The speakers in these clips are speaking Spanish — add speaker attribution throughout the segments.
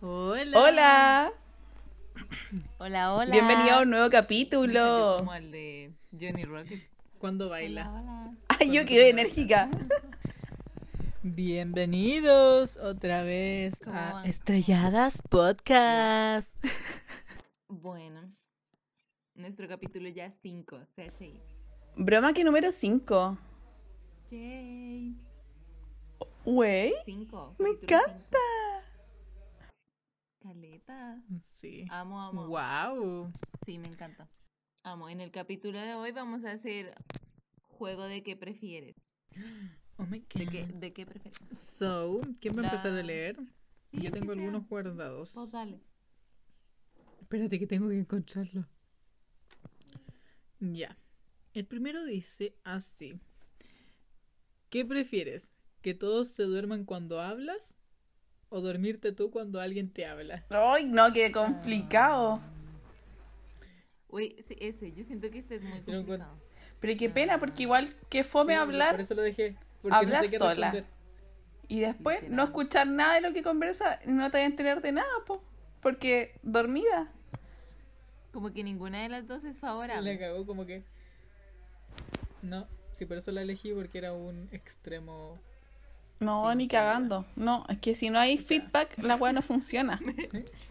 Speaker 1: Hola.
Speaker 2: Hola,
Speaker 3: Hola, hola.
Speaker 2: bienvenido a un nuevo
Speaker 3: Yo
Speaker 2: capítulo.
Speaker 3: Como el de Johnny Rocket.
Speaker 1: ¿Cuándo baila?
Speaker 3: Hola,
Speaker 2: Ay, yo quedé enérgica.
Speaker 1: Bienvenidos otra vez
Speaker 3: ¿Cómo
Speaker 1: a
Speaker 3: van?
Speaker 1: Estrelladas Podcast.
Speaker 3: Bueno, nuestro capítulo ya es 5. CHI.
Speaker 2: Broma que número 5.
Speaker 3: Yay.
Speaker 2: Wey,
Speaker 3: 5.
Speaker 2: Me
Speaker 3: encanta. Caleta.
Speaker 1: Sí.
Speaker 3: Amo, amo.
Speaker 1: Wow.
Speaker 3: Sí, me encanta. Amo. En el capítulo de hoy vamos a hacer juego de qué prefieres.
Speaker 1: Oh my
Speaker 3: ¿De qué,
Speaker 1: god.
Speaker 3: de qué prefieres?
Speaker 1: So, ¿quién va a empezar a
Speaker 3: La-
Speaker 1: leer?
Speaker 3: Sí,
Speaker 1: Yo
Speaker 3: que
Speaker 1: tengo
Speaker 3: sea.
Speaker 1: algunos guardados.
Speaker 3: Vos dale.
Speaker 1: Espérate que tengo que encontrarlo. Ya. El primero dice así. ¿Qué prefieres? ¿Que todos se duerman cuando hablas? ¿O dormirte tú cuando alguien te habla?
Speaker 2: Ay, no, qué complicado.
Speaker 3: Uy, sí, ese. Yo siento que este es muy
Speaker 1: Yo lo encuentro-
Speaker 3: complicado.
Speaker 2: Pero qué pena, porque igual que fome
Speaker 1: Sí, Por
Speaker 2: hablar
Speaker 1: eso lo dejé. Porque
Speaker 2: hablar
Speaker 1: no sé qué
Speaker 2: sola.
Speaker 1: responder.
Speaker 2: y después
Speaker 3: Literal.
Speaker 2: no escuchar nada de lo que conversa, no te voy a enterar de nada, po. Porque dormida.
Speaker 3: Como que ninguna de las dos es
Speaker 1: La
Speaker 3: favorable.
Speaker 1: cagó como que. No, sí, por eso la elegí porque era un extremo.
Speaker 2: No,
Speaker 1: Sí,
Speaker 2: ni
Speaker 1: sí,
Speaker 2: cagando. No, es que si no hay feedback, la weá no funciona.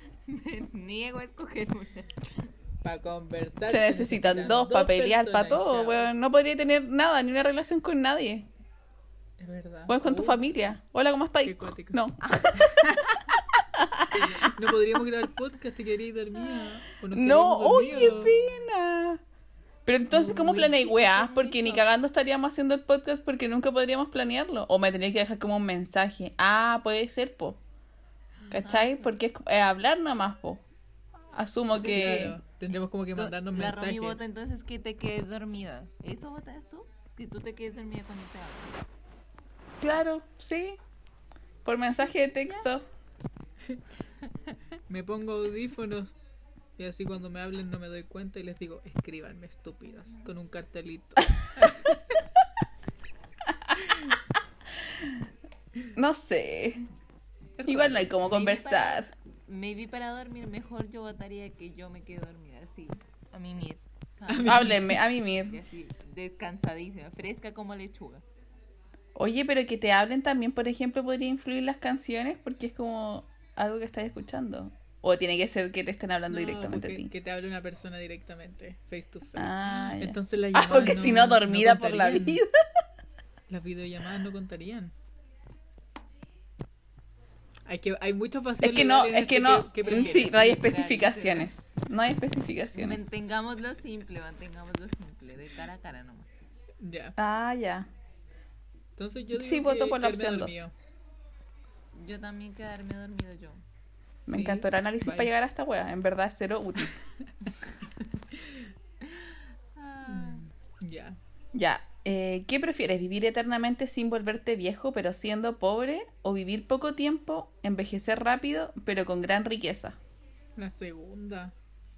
Speaker 3: Niego a escoger una.
Speaker 1: Para conversar.
Speaker 2: Se necesitan dos para pelear, para todo,
Speaker 1: personas,
Speaker 2: weón. No podría tener nada, ni una relación con nadie.
Speaker 1: chavos. Es verdad.
Speaker 2: Weón, con tu
Speaker 1: Uh,
Speaker 2: familia. Hola, ¿cómo estáis?
Speaker 1: qué cuático.
Speaker 2: No.
Speaker 1: No podríamos grabar podcast, te quedarías dormida. o nos
Speaker 2: No,
Speaker 1: quedaríamos
Speaker 2: uy, qué
Speaker 1: dormidos.
Speaker 2: pena. Pero entonces, ¿cómo
Speaker 3: Uy,
Speaker 2: planeáis
Speaker 3: sí,
Speaker 2: weá?
Speaker 3: está
Speaker 2: Porque ni
Speaker 3: bonito.
Speaker 2: cagando estaríamos haciendo el podcast porque nunca podríamos planearlo. O me tenéis que dejar como un mensaje. Ah, puede ser, po. ¿Cachai? Porque es eh, hablar nomás, po. Asumo que.
Speaker 1: Claro, tendremos como que mandarnos
Speaker 3: la
Speaker 1: mensajes.
Speaker 3: Romy vota entonces que te quedes dormida. ¿Eso votas tú? Que tú te quedes dormida cuando te hablo.
Speaker 2: Claro, sí. Por mensaje de texto.
Speaker 1: Me pongo audífonos y así cuando me hablen no me doy cuenta y les digo, escríbanme estúpidas, con un cartelito.
Speaker 2: No sé. Igual no hay como conversar.
Speaker 3: Maybe para dormir mejor yo votaría que yo me quede dormida así. A mí misma.
Speaker 2: Háblenme, a
Speaker 3: Y
Speaker 2: mimir.
Speaker 3: así, descansadísima, fresca como lechuga.
Speaker 2: Oye, pero que te hablen también, por ejemplo, podría influir las canciones porque es como algo que estás escuchando. O tiene que ser que te estén hablando
Speaker 1: No,
Speaker 2: directamente
Speaker 1: porque-
Speaker 2: a ti.
Speaker 1: Que te hable una persona directamente, face to face.
Speaker 2: Ah, ya.
Speaker 1: Entonces la
Speaker 2: Ah, porque si no, dormida por la vida.
Speaker 1: Las videollamadas no contarían. Hay, que, hay muchos vacíos
Speaker 2: Es que no,
Speaker 1: legales en
Speaker 2: es que
Speaker 1: este
Speaker 2: no. mm,
Speaker 1: que- que
Speaker 3: prefieres?
Speaker 2: Sí, no hay
Speaker 3: Literal,
Speaker 2: especificaciones. No hay especificaciones.
Speaker 3: Mantengámoslo simple, mantengámoslo simple. De cara a cara nomás.
Speaker 1: Ya.
Speaker 2: Ah, ya.
Speaker 1: Entonces yo digo
Speaker 2: Sí, voto
Speaker 1: que
Speaker 2: por la
Speaker 1: quedarme
Speaker 2: opción dos.
Speaker 1: dormido.
Speaker 3: Yo también quedarme dormido yo.
Speaker 2: Me
Speaker 1: Sí,
Speaker 2: encantó el análisis
Speaker 1: bye.
Speaker 2: para llegar a esta wea. En verdad es cero útil.
Speaker 3: Ah,
Speaker 1: Mm. Ya.
Speaker 2: Ya. eh, ¿Qué prefieres? ¿Vivir eternamente sin volverte viejo pero siendo pobre? ¿O vivir poco tiempo, envejecer rápido pero con gran riqueza?
Speaker 1: La segunda.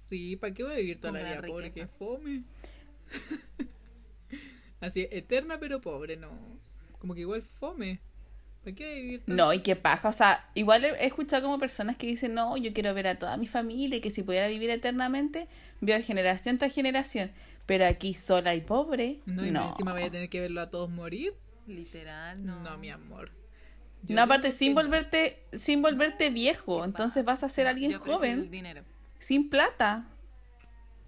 Speaker 1: Sí, ¿para qué voy a vivir toda
Speaker 3: Con
Speaker 1: la vida
Speaker 3: gran
Speaker 1: pobre? Que
Speaker 3: riqueza.
Speaker 1: fome. Así, eterna pero pobre, no. Como que igual fome. ¿Para qué voy a vivir tan-
Speaker 2: No, y qué paja. O sea, igual he he escuchado como personas que dicen, no, yo quiero ver a toda mi familia y que si pudiera vivir eternamente, veo de generación tras generación. Pero aquí sola y pobre,
Speaker 1: No,
Speaker 2: no.
Speaker 1: y encima voy a tener que verlo a todos morir.
Speaker 3: literal,
Speaker 1: No,
Speaker 3: no.
Speaker 1: mi amor. Yo
Speaker 2: No, aparte,
Speaker 1: digo
Speaker 2: sin
Speaker 1: que no.
Speaker 2: volverte, sin volverte viejo. Entonces vas a ser alguien
Speaker 3: Yo prefiero el
Speaker 2: joven,
Speaker 3: dinero.
Speaker 2: sin plata.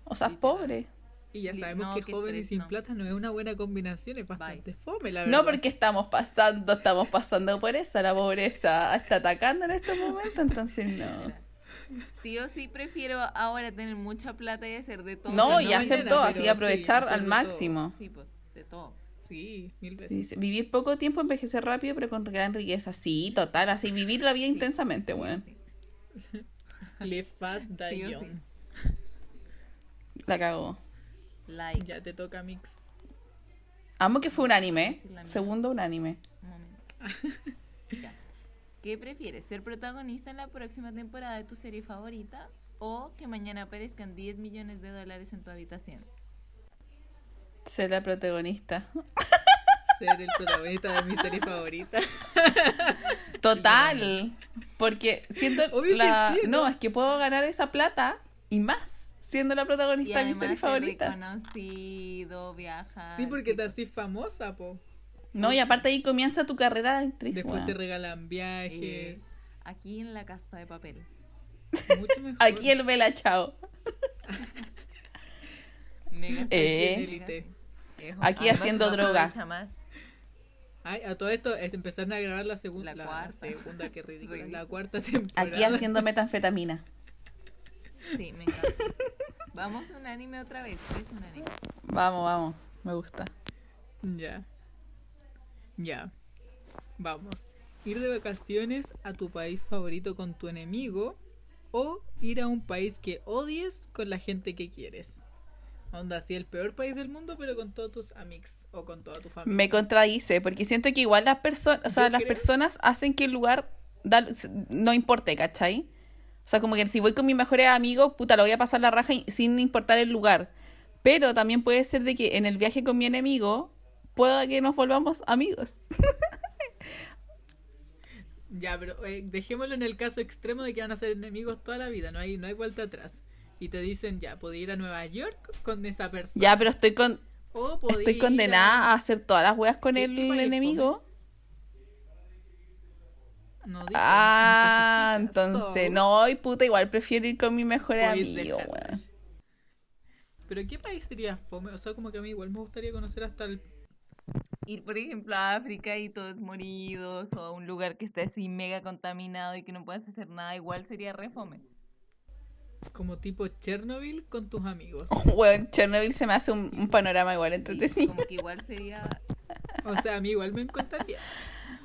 Speaker 2: O sea,
Speaker 3: Literal.
Speaker 2: pobre.
Speaker 1: Y ya
Speaker 3: Li-
Speaker 1: sabemos
Speaker 3: no,
Speaker 1: que
Speaker 3: qué
Speaker 1: joven y
Speaker 3: estrés,
Speaker 1: sin
Speaker 3: no.
Speaker 1: plata no es una buena combinación, es bastante fome, la verdad.
Speaker 2: No porque estamos pasando, estamos pasando por eso, la pobreza está atacando en estos momentos, entonces no.
Speaker 3: Sí o sí prefiero ahora tener mucha plata y hacer de todo.
Speaker 2: No,
Speaker 1: no
Speaker 2: y hacer
Speaker 1: mañana,
Speaker 2: todo,
Speaker 1: pero
Speaker 2: así
Speaker 1: sí,
Speaker 2: aprovechar
Speaker 1: hacer
Speaker 2: al
Speaker 1: de
Speaker 2: máximo.
Speaker 3: Sí, pues, de todo.
Speaker 1: Sí, mil
Speaker 2: Sí,
Speaker 1: veces.
Speaker 2: dice, vivir poco tiempo, envejecer rápido, pero con gran riqueza. Sí, total, así vivir la vida intensamente,
Speaker 3: Sí o
Speaker 2: weón.
Speaker 3: sí.
Speaker 1: Live fast, die
Speaker 3: Sí o sí.
Speaker 1: young.
Speaker 2: La cagó.
Speaker 3: Like.
Speaker 1: Ya te toca, Mix.
Speaker 2: Amo que fue un anime,
Speaker 3: Sí, la mía.
Speaker 2: segundo un anime.
Speaker 3: Un momento. Ya. ¿Qué prefieres? ¿Ser protagonista en la próxima temporada de tu serie favorita o que mañana aparezcan 10 millones de dólares en tu habitación?
Speaker 2: Ser la protagonista.
Speaker 1: ser el protagonista de mi serie favorita.
Speaker 2: Total. Porque siento
Speaker 1: Obvio que
Speaker 2: la.
Speaker 1: sí, ¿no?
Speaker 2: No, es que puedo ganar esa plata y más siendo la
Speaker 3: Y
Speaker 2: protagonista de mi
Speaker 3: además
Speaker 2: serie
Speaker 3: es
Speaker 2: favorita.
Speaker 3: reconocido, viaja.
Speaker 1: Sí, porque te
Speaker 3: tipo,
Speaker 1: haces famosa, po.
Speaker 2: No, y aparte ahí comienza tu carrera de actriz.
Speaker 1: Después
Speaker 2: weón.
Speaker 1: te regalan viajes.
Speaker 3: eh, Aquí en la casa de papel.
Speaker 1: Mucho mejor.
Speaker 2: Aquí el Vela Chao.
Speaker 3: Mega
Speaker 2: Eh.
Speaker 3: sexy,
Speaker 1: Élite.
Speaker 3: Es un-
Speaker 2: Aquí
Speaker 3: además
Speaker 2: haciendo
Speaker 3: uno
Speaker 2: droga.
Speaker 3: aprovecha más.
Speaker 1: Ay, a todo esto este, empezaron a grabar la segunda. La,
Speaker 3: La cuarta.
Speaker 1: segunda, qué ridícula.
Speaker 3: Ridículo.
Speaker 1: La cuarta temporada.
Speaker 2: Aquí haciendo metanfetamina.
Speaker 3: Sí, me encanta. Vamos a un anime otra vez. ¿Qué es un anime?
Speaker 2: Vamos, vamos. Me gusta.
Speaker 1: Ya. Ya. Vamos. Ir de vacaciones a tu país favorito con tu enemigo o ir a un país que odies con la gente que quieres. Onda, sí, el peor país del mundo, pero con todos tus amigos o con toda tu familia.
Speaker 2: Me contradice, porque siento que igual las personas, o sea,
Speaker 1: Yo
Speaker 2: las
Speaker 1: creo-
Speaker 2: personas hacen que el lugar da- no importe, ¿cachai? O sea, como que si voy con mis mejores amigos, puta, lo voy a pasar la raja y- sin importar el lugar. Pero también puede ser de que en el viaje con mi enemigo pueda que nos volvamos amigos.
Speaker 1: Ya, pero eh, dejémoslo en el caso extremo de que van a ser enemigos toda la vida, no hay, no hay vuelta atrás. Y te dicen, ya, podés ir a Nueva York con esa persona.
Speaker 2: Ya, pero estoy con
Speaker 1: O podés
Speaker 2: estoy
Speaker 1: ir a-
Speaker 2: condenada a hacer todas las weas con
Speaker 1: ¿Qué-
Speaker 2: el
Speaker 1: qué país fome?
Speaker 2: enemigo.
Speaker 1: No, dice,
Speaker 2: Ah,
Speaker 1: especifica.
Speaker 2: entonces,
Speaker 1: So,
Speaker 2: no, y puta, igual prefiero ir con mis mejores
Speaker 1: podéis
Speaker 2: amigos,
Speaker 1: dejarlo.
Speaker 2: weón.
Speaker 1: Pero ¿qué país sería fome? O sea, como que a mí igual me gustaría conocer hasta el...
Speaker 3: Ir, por ejemplo, a África y todos moridos, o a un lugar que esté así mega contaminado y que no puedas hacer nada, igual sería refome.
Speaker 1: Como tipo Chernobyl con tus amigos.
Speaker 2: Weón, Chernobyl se me hace un, un panorama igual entretenido.
Speaker 3: Como que igual sería.
Speaker 1: O sea, a mí igual me encantaría.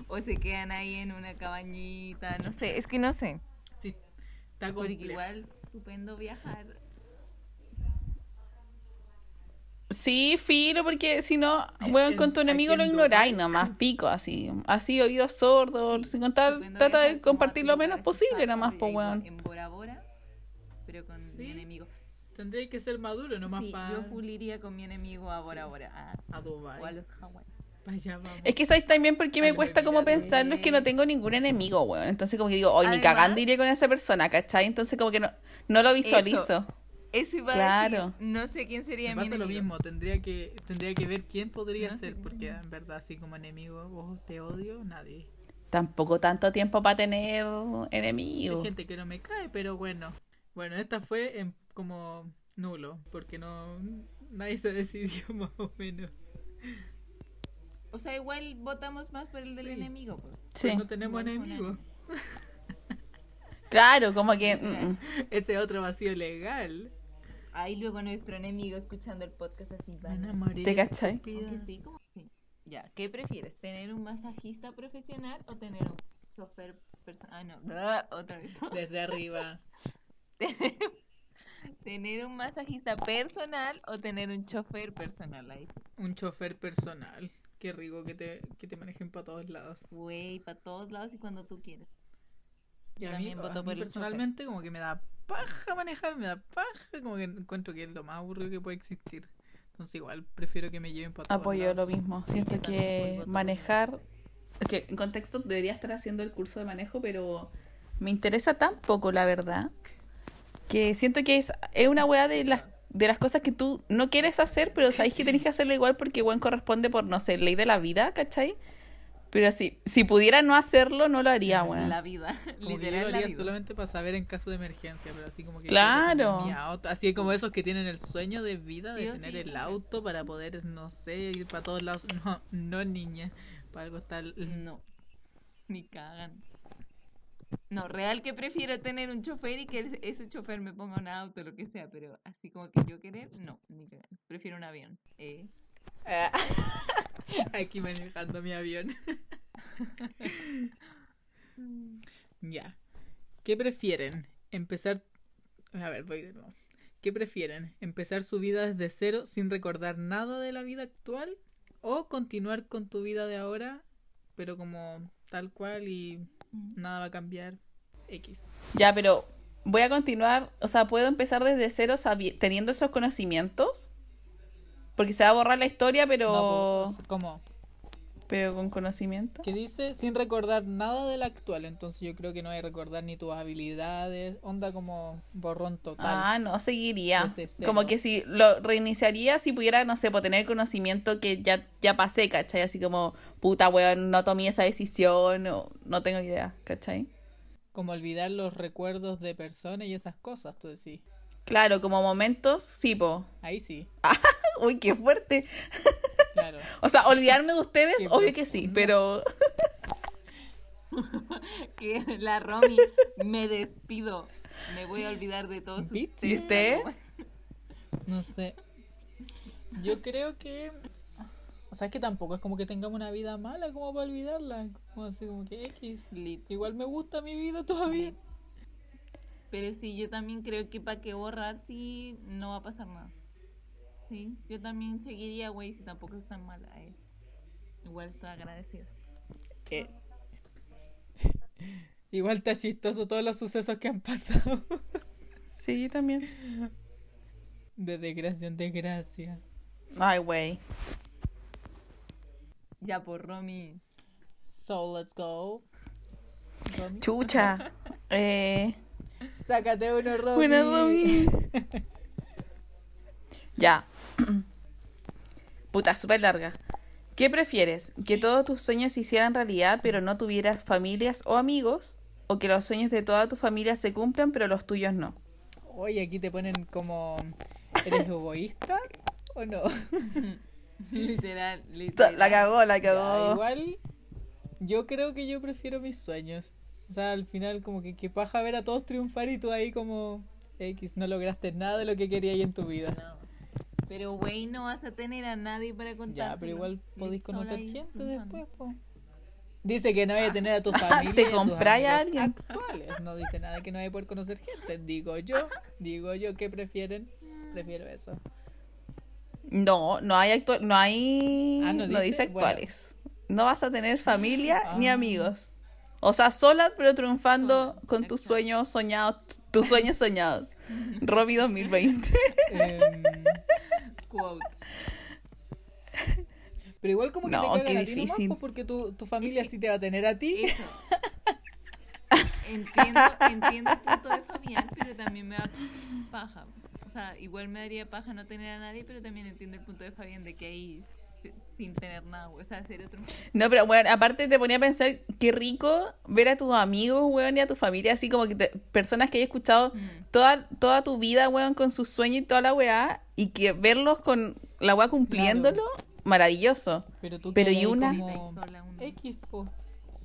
Speaker 3: O se quedan ahí en una cabañita, no sé, es que no sé.
Speaker 1: Sí, está
Speaker 3: Porque
Speaker 1: complejo.
Speaker 3: igual, estupendo viajar.
Speaker 2: Sí, filo, porque si no, weón,
Speaker 1: En-
Speaker 2: con tu enemigo
Speaker 1: aquí
Speaker 2: lo
Speaker 1: en
Speaker 2: ignoráis
Speaker 1: Dubái.
Speaker 2: nomás, pico, así, así oídos sordos, sin contar,
Speaker 3: estupendo
Speaker 2: trata
Speaker 3: viajar
Speaker 2: de
Speaker 3: como a
Speaker 2: compartir lo menos
Speaker 3: lugares que
Speaker 2: posible
Speaker 3: faltan
Speaker 2: nomás,
Speaker 3: por
Speaker 2: po
Speaker 3: ahí,
Speaker 2: weón.
Speaker 3: En Bora Bora, pero con mi
Speaker 1: Sí.
Speaker 3: enemigo.
Speaker 1: Tendría que ser maduro nomás
Speaker 3: Sí,
Speaker 1: para...
Speaker 3: yo puliría con mi enemigo a Bora Bora, ah,
Speaker 1: A
Speaker 3: o a
Speaker 1: Dubai.
Speaker 3: los Hawái.
Speaker 1: Para allá vamos.
Speaker 2: Es que sabes también por qué
Speaker 1: Ay,
Speaker 2: me
Speaker 1: lo
Speaker 2: cuesta como
Speaker 1: olvidaron.
Speaker 2: pensarlo, es que no tengo ningún enemigo, weón. Entonces como que digo, hoy ni
Speaker 3: Además-
Speaker 2: cagando iré con esa persona, ¿cachai? Entonces como que no, no lo visualizo.
Speaker 3: Eso iba a
Speaker 2: Claro.
Speaker 3: decir, no sé quién sería
Speaker 1: Me
Speaker 3: mi
Speaker 1: pasa lo
Speaker 3: enemigo.
Speaker 1: mismo, tendría que, tendría que ver quién podría
Speaker 3: No sé
Speaker 1: ser,
Speaker 3: quién
Speaker 1: porque
Speaker 3: es.
Speaker 1: en verdad, así como enemigo, vos te odio, nadie.
Speaker 2: Tampoco tanto tiempo para tener
Speaker 1: Hay
Speaker 2: enemigos.
Speaker 1: gente que no me cae, pero bueno. Bueno, esta fue en- como nulo, porque no nadie se decidió más o menos.
Speaker 3: O sea, igual votamos más por el del
Speaker 1: Sí.
Speaker 3: enemigo. Pues.
Speaker 1: Pues
Speaker 2: Sí,
Speaker 1: no tenemos
Speaker 3: Igual fue
Speaker 1: enemigos.
Speaker 2: claro, como que... mm, mm.
Speaker 1: Ese otro vacío legal.
Speaker 3: Ahí luego nuestro enemigo escuchando el podcast así.
Speaker 1: Me
Speaker 3: van a-
Speaker 1: enamoré.
Speaker 2: ¿Te cachai?
Speaker 1: estúpida.
Speaker 3: Aunque sí, como que sí. Ya, ¿qué prefieres? ¿Tener un masajista profesional o tener un chofer personal? Ah, no, bla, otra vez.
Speaker 1: Desde arriba.
Speaker 3: ¿Tener un masajista personal o tener un chofer personal? Ahí,
Speaker 1: Un chofer personal. Qué rico que te, que te manejen para todos lados.
Speaker 3: güey, para todos lados y cuando tú quieras.
Speaker 1: Y
Speaker 3: Yo
Speaker 1: a mí,
Speaker 3: también
Speaker 1: a
Speaker 3: voto
Speaker 1: mí
Speaker 3: por el
Speaker 1: personalmente como que me da paja manejar, me da paja, como que encuentro que es lo más aburrido que puede existir. Entonces igual prefiero que me lleven para todos
Speaker 2: Apoyo lo
Speaker 1: lados.
Speaker 2: mismo.
Speaker 3: Sí,
Speaker 2: Siento
Speaker 3: yo también voy
Speaker 2: que
Speaker 3: votando.
Speaker 2: manejar. es que en contexto debería estar haciendo el curso de manejo, pero me interesa tan poco, la verdad. Que siento que es, es una weá de las, de las cosas que tú no quieres hacer, pero sabes que tenés que hacerlo igual porque igual corresponde por, no sé, ley de la vida, ¿cachai? Pero si, si pudiera no hacerlo, no lo haría, weón.
Speaker 3: La vida,
Speaker 1: Como que yo
Speaker 3: literal
Speaker 1: lo
Speaker 3: la
Speaker 1: haría
Speaker 3: vida.
Speaker 1: solamente para saber en caso de emergencia, pero así como que...
Speaker 2: Claro.
Speaker 1: mi auto- Así como esos que tienen el sueño de vida de
Speaker 3: Sí o
Speaker 1: tener
Speaker 3: sí.
Speaker 1: el auto para poder, no sé, ir para todos lados. No, no niña. Para algo está... el-
Speaker 3: No, ni cagan. No, real que prefiero tener un chofer y que ese- ese chofer me ponga un auto, lo que sea, pero así como que yo querer, no, ni cagan. Prefiero un avión. Eh,
Speaker 1: Aquí manejando mi avión. Ya. ¿Qué prefieren? Empezar. A ver, voy de nuevo. ¿Qué prefieren? ¿Empezar su vida desde cero sin recordar nada de la vida actual? ¿O continuar con tu vida de ahora, pero como tal cual y
Speaker 2: Mm.
Speaker 1: nada va a cambiar? X.
Speaker 2: Ya, pero voy a continuar, o sea, puedo empezar desde cero sabi- teniendo esos
Speaker 3: pues,
Speaker 1: pues,
Speaker 2: conocimientos. Porque se va a borrar la historia, pero...
Speaker 1: No, po, ¿Cómo?
Speaker 2: pero con conocimiento.
Speaker 1: Que dice sin recordar nada del actual. Entonces yo creo que no hay que recordar ni tus habilidades. Onda como borrón total.
Speaker 2: Ah, no, seguiría.
Speaker 1: Desde cero.
Speaker 2: Como que si lo reiniciaría si pudiera, no sé, por tener conocimiento que ya, ya pasé, ¿cachai? Así como, puta weón, no tomé esa decisión, o no tengo idea, ¿cachai?
Speaker 1: Como olvidar los recuerdos de personas y esas cosas, tú decís.
Speaker 2: Claro, como momentos, sí, po.
Speaker 1: Ahí sí,
Speaker 2: Uy, qué fuerte.
Speaker 1: claro.
Speaker 2: O sea, olvidarme de ustedes,
Speaker 1: Qué
Speaker 2: obvio que sí,
Speaker 1: profundo.
Speaker 2: pero
Speaker 3: Que la Romy, me despido. Me voy a olvidar de todos
Speaker 1: Bitch.
Speaker 2: ¿y
Speaker 3: ustedes.
Speaker 2: ustedes?
Speaker 1: No sé. Yo creo que. O sea, es que tampoco es como que tengamos una vida mala como para olvidarla. Como así, como que X.
Speaker 3: Lit.
Speaker 1: Igual me gusta mi vida todavía.
Speaker 3: Pero sí, yo también creo que para qué borrar si no va a pasar nada. Sí, yo también seguiría, güey, si tampoco es tan mala. eh. Igual estoy agradecida.
Speaker 1: Eh. Igual está chistoso todos los sucesos que han pasado.
Speaker 2: Sí, yo también.
Speaker 1: De desgracia en desgracia.
Speaker 2: Ay, güey.
Speaker 3: Ya por Romy.
Speaker 1: So let's go. Romy.
Speaker 2: Chucha. Eh,
Speaker 1: Sácate uno, Romy.
Speaker 2: Buena, Romy. Ya. Puta, súper larga. ¿Qué prefieres? ¿Que todos tus sueños se hicieran realidad pero no tuvieras familias o amigos? ¿O que los sueños de toda tu familia se cumplan pero los tuyos no?
Speaker 1: Oye, aquí te ponen como. ¿Eres egoísta o no?
Speaker 3: literal,
Speaker 2: Ta-
Speaker 3: literal.
Speaker 2: La cagó, la
Speaker 1: Ya,
Speaker 2: cagó.
Speaker 1: igual, yo creo que yo prefiero mis sueños. O sea, al final como que, que paja ver a todos triunfar y tú ahí como X, no lograste nada de lo que querías en tu vida.
Speaker 3: No. Pero, güey, no vas a tener a nadie para contar.
Speaker 1: Ya, pero igual podéis conocer gente después, po. Dice que no vaya a tener a tu
Speaker 2: Ah. Te
Speaker 1: familia. y a tus
Speaker 2: compráis a
Speaker 1: amigos
Speaker 2: alguien.
Speaker 1: Actuales. No dice nada que no vaya a poder conocer gente. Digo yo, digo yo que prefieren.
Speaker 2: Mm.
Speaker 1: Prefiero eso.
Speaker 2: No, no hay actua- no hay
Speaker 1: Ah,
Speaker 2: no
Speaker 1: ¿no
Speaker 2: dice,
Speaker 1: dice? Bueno.
Speaker 2: actuales. No vas a tener familia ni
Speaker 1: Ah.
Speaker 2: amigos. O sea, sola pero triunfando
Speaker 3: Sola,
Speaker 2: con tus
Speaker 3: exacto.
Speaker 2: sueños soñados, tus sueños soñados. Robbie 2020.
Speaker 1: Em,
Speaker 3: Quote.
Speaker 1: pero igual como que
Speaker 2: No,
Speaker 1: te cagan a
Speaker 2: qué
Speaker 1: ti nomás,
Speaker 2: difícil. Eh,
Speaker 1: po, porque tu, tu familia sí te va a tener a ti.
Speaker 3: Eso. Entiendo, entiendo el punto de Fabián, pero también me da paja. O sea, igual me daría paja no tener a nadie, pero también entiendo el punto de Fabián de que ahí s- sin tener nada, güey. o sea, hacer otro.
Speaker 2: No, pero bueno, aparte te ponía a pensar qué rico ver a tus amigos, weón, y a tu familia, así como que te- personas que hayas escuchado
Speaker 3: Mm.
Speaker 2: toda, toda tu vida, weón, con sus sueños y toda la weá, y que verlos con la weá cumpliéndolo, maravilloso.
Speaker 1: Pero tú
Speaker 2: Pero
Speaker 1: quedas ahí
Speaker 2: y una-
Speaker 1: como
Speaker 3: Viva y sola una.
Speaker 1: X, po.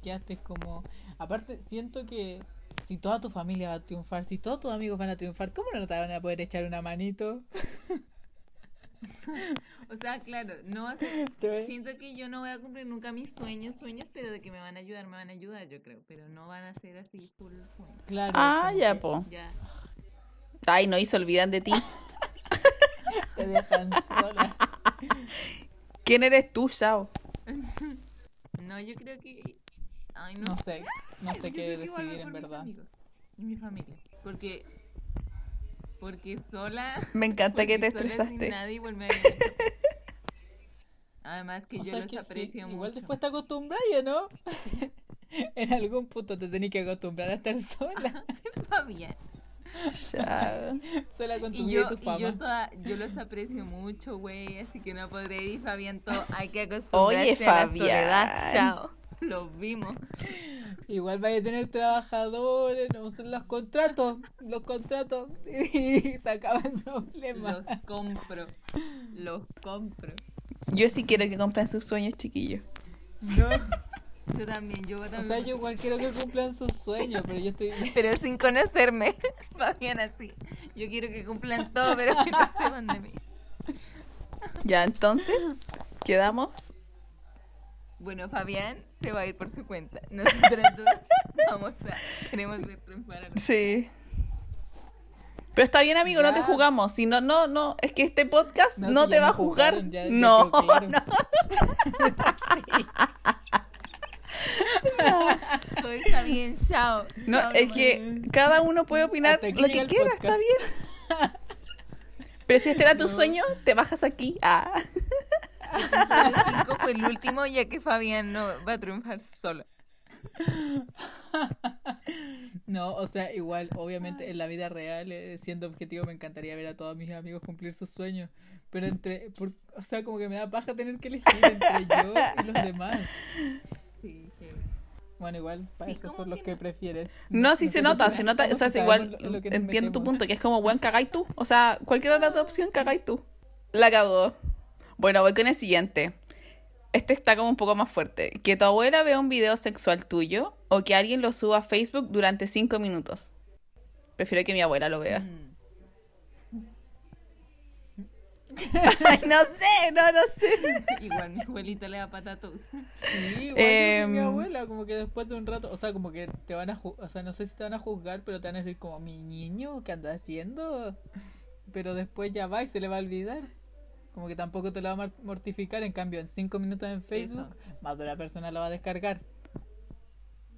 Speaker 1: Quedaste como. Aparte, siento que si toda tu familia va a triunfar, si todos tus amigos van a triunfar, ¿cómo no te van a poder echar una manito?
Speaker 3: O sea, claro, no va a ser-
Speaker 1: ¿Te ves?
Speaker 3: Siento que yo no voy a cumplir nunca mis sueños, sueños, pero de que me van a ayudar, me van a ayudar, yo creo, pero no van a ser así full sueños.
Speaker 1: Claro.
Speaker 2: Ah,
Speaker 1: como
Speaker 2: ya,
Speaker 1: que
Speaker 2: po.
Speaker 3: Ya.
Speaker 2: Ay, no, y se olvidan de ti.
Speaker 1: Te dejan sola.
Speaker 2: ¿Quién eres tú, Sao?
Speaker 3: No, yo creo que. Ay, no,
Speaker 1: No sé, no sé
Speaker 3: Yo
Speaker 1: qué
Speaker 3: creo que igual voy
Speaker 1: decidir en
Speaker 3: por mis
Speaker 1: verdad.
Speaker 3: amigos y mi familia. Porque. Porque sola.
Speaker 2: Me encanta que
Speaker 3: porque
Speaker 2: te
Speaker 3: sola Sin
Speaker 2: estresaste.
Speaker 3: nadie igual me haría mucho peor. Además que
Speaker 1: O
Speaker 3: yo
Speaker 1: sea
Speaker 3: los
Speaker 1: que sí,
Speaker 3: aprecio mucho.
Speaker 1: igual después te acostumbras, ¿ya ¿no? en algún punto te tenés que acostumbrar a estar sola.
Speaker 3: Fabián.
Speaker 2: Chao.
Speaker 1: sola con tu
Speaker 3: Y
Speaker 1: vida
Speaker 3: yo,
Speaker 1: y tu
Speaker 3: y yo,
Speaker 1: fama.
Speaker 3: toda- yo los aprecio mucho, güey. Así que no podré ir, Fabián. Todo. Hay que acostumbrarse
Speaker 2: Oye,
Speaker 3: a la soledad.
Speaker 2: Fabián.
Speaker 3: Chao. Los vimos.
Speaker 1: Igual vaya a tener trabajadores, no son los contratos, los contratos. y se acaban problemas.
Speaker 3: Los compro. Los compro.
Speaker 2: Yo sí quiero que compren sus sueños, chiquillos.
Speaker 1: No.
Speaker 3: Yo también, yo
Speaker 1: O
Speaker 3: también.
Speaker 1: sea, yo igual quiero que cumplan sus sueños, pero yo estoy.
Speaker 3: pero sin conocerme. Fabián así. Yo quiero que cumplan todo, pero que no sepan de mí.
Speaker 2: Ya, entonces, quedamos.
Speaker 3: Bueno, Fabián se va a ir por su cuenta. Nosotros dos vamos a... Queremos ver triunfar a los-
Speaker 2: Sí. Pero está bien, amigo, no te
Speaker 1: Ya.
Speaker 2: jugamos. Si no, no, no, es que este podcast no,
Speaker 1: si ya
Speaker 2: te va
Speaker 1: me
Speaker 2: a juzgar.
Speaker 1: juzgaron, ya- ya
Speaker 2: no,
Speaker 1: quedó claro.
Speaker 2: no.
Speaker 3: Todo está bien, chao.
Speaker 2: No,
Speaker 3: Chao,
Speaker 2: es
Speaker 3: nomás.
Speaker 2: que cada uno puede opinar
Speaker 1: Hasta aquí
Speaker 2: lo que
Speaker 1: llega
Speaker 2: quiera,
Speaker 1: el
Speaker 2: está bien. Pero si este era tu sueño, te bajas aquí. Ah.
Speaker 3: Entonces, el 5 fue el último, ya que Fabián no va a triunfar solo.
Speaker 1: No, o sea, igual, obviamente en la vida real, eh, siendo objetivo, me encantaría ver a todos mis amigos cumplir sus sueños. Pero entre, por- o sea, como que me da paja tener que elegir entre yo y los demás.
Speaker 3: Sí, sí.
Speaker 1: Bueno, igual, para
Speaker 3: Sí,
Speaker 1: esos
Speaker 3: como
Speaker 1: son los
Speaker 3: que
Speaker 1: que
Speaker 3: no.
Speaker 1: prefieren.
Speaker 2: No, sí se
Speaker 1: sé
Speaker 2: nota,
Speaker 1: por qué
Speaker 2: se nota, o
Speaker 1: pensamos
Speaker 2: sea,
Speaker 1: que
Speaker 2: es
Speaker 1: sabemos
Speaker 2: igual,
Speaker 1: lo- en lo que nos
Speaker 2: entiendo tu
Speaker 1: metemos.
Speaker 2: punto, que es como, weón, cagáis tú. O sea, cualquier otra opción, cagáis tú. La cagó. Bueno, voy con el siguiente. Este está como un poco más fuerte. Que tu abuela vea un video sexual tuyo o que alguien lo suba a Facebook durante cinco minutos. Prefiero que mi abuela lo vea.
Speaker 3: Mm.
Speaker 2: Ay, no sé, no, no sé.
Speaker 3: Igual mi abuelita le da pata a todo.
Speaker 1: Sí, igual yo con mi
Speaker 2: Em,
Speaker 1: abuela, como que después de un rato, o sea, como que te van a, ju- o sea, no sé si te van a juzgar, pero te van a decir como, mi niño, ¿qué andas haciendo? Pero después ya va y se le va a olvidar. Como que tampoco te lo va a mar- mortificar, en cambio, en cinco minutos en Facebook, más de una persona lo va a descargar.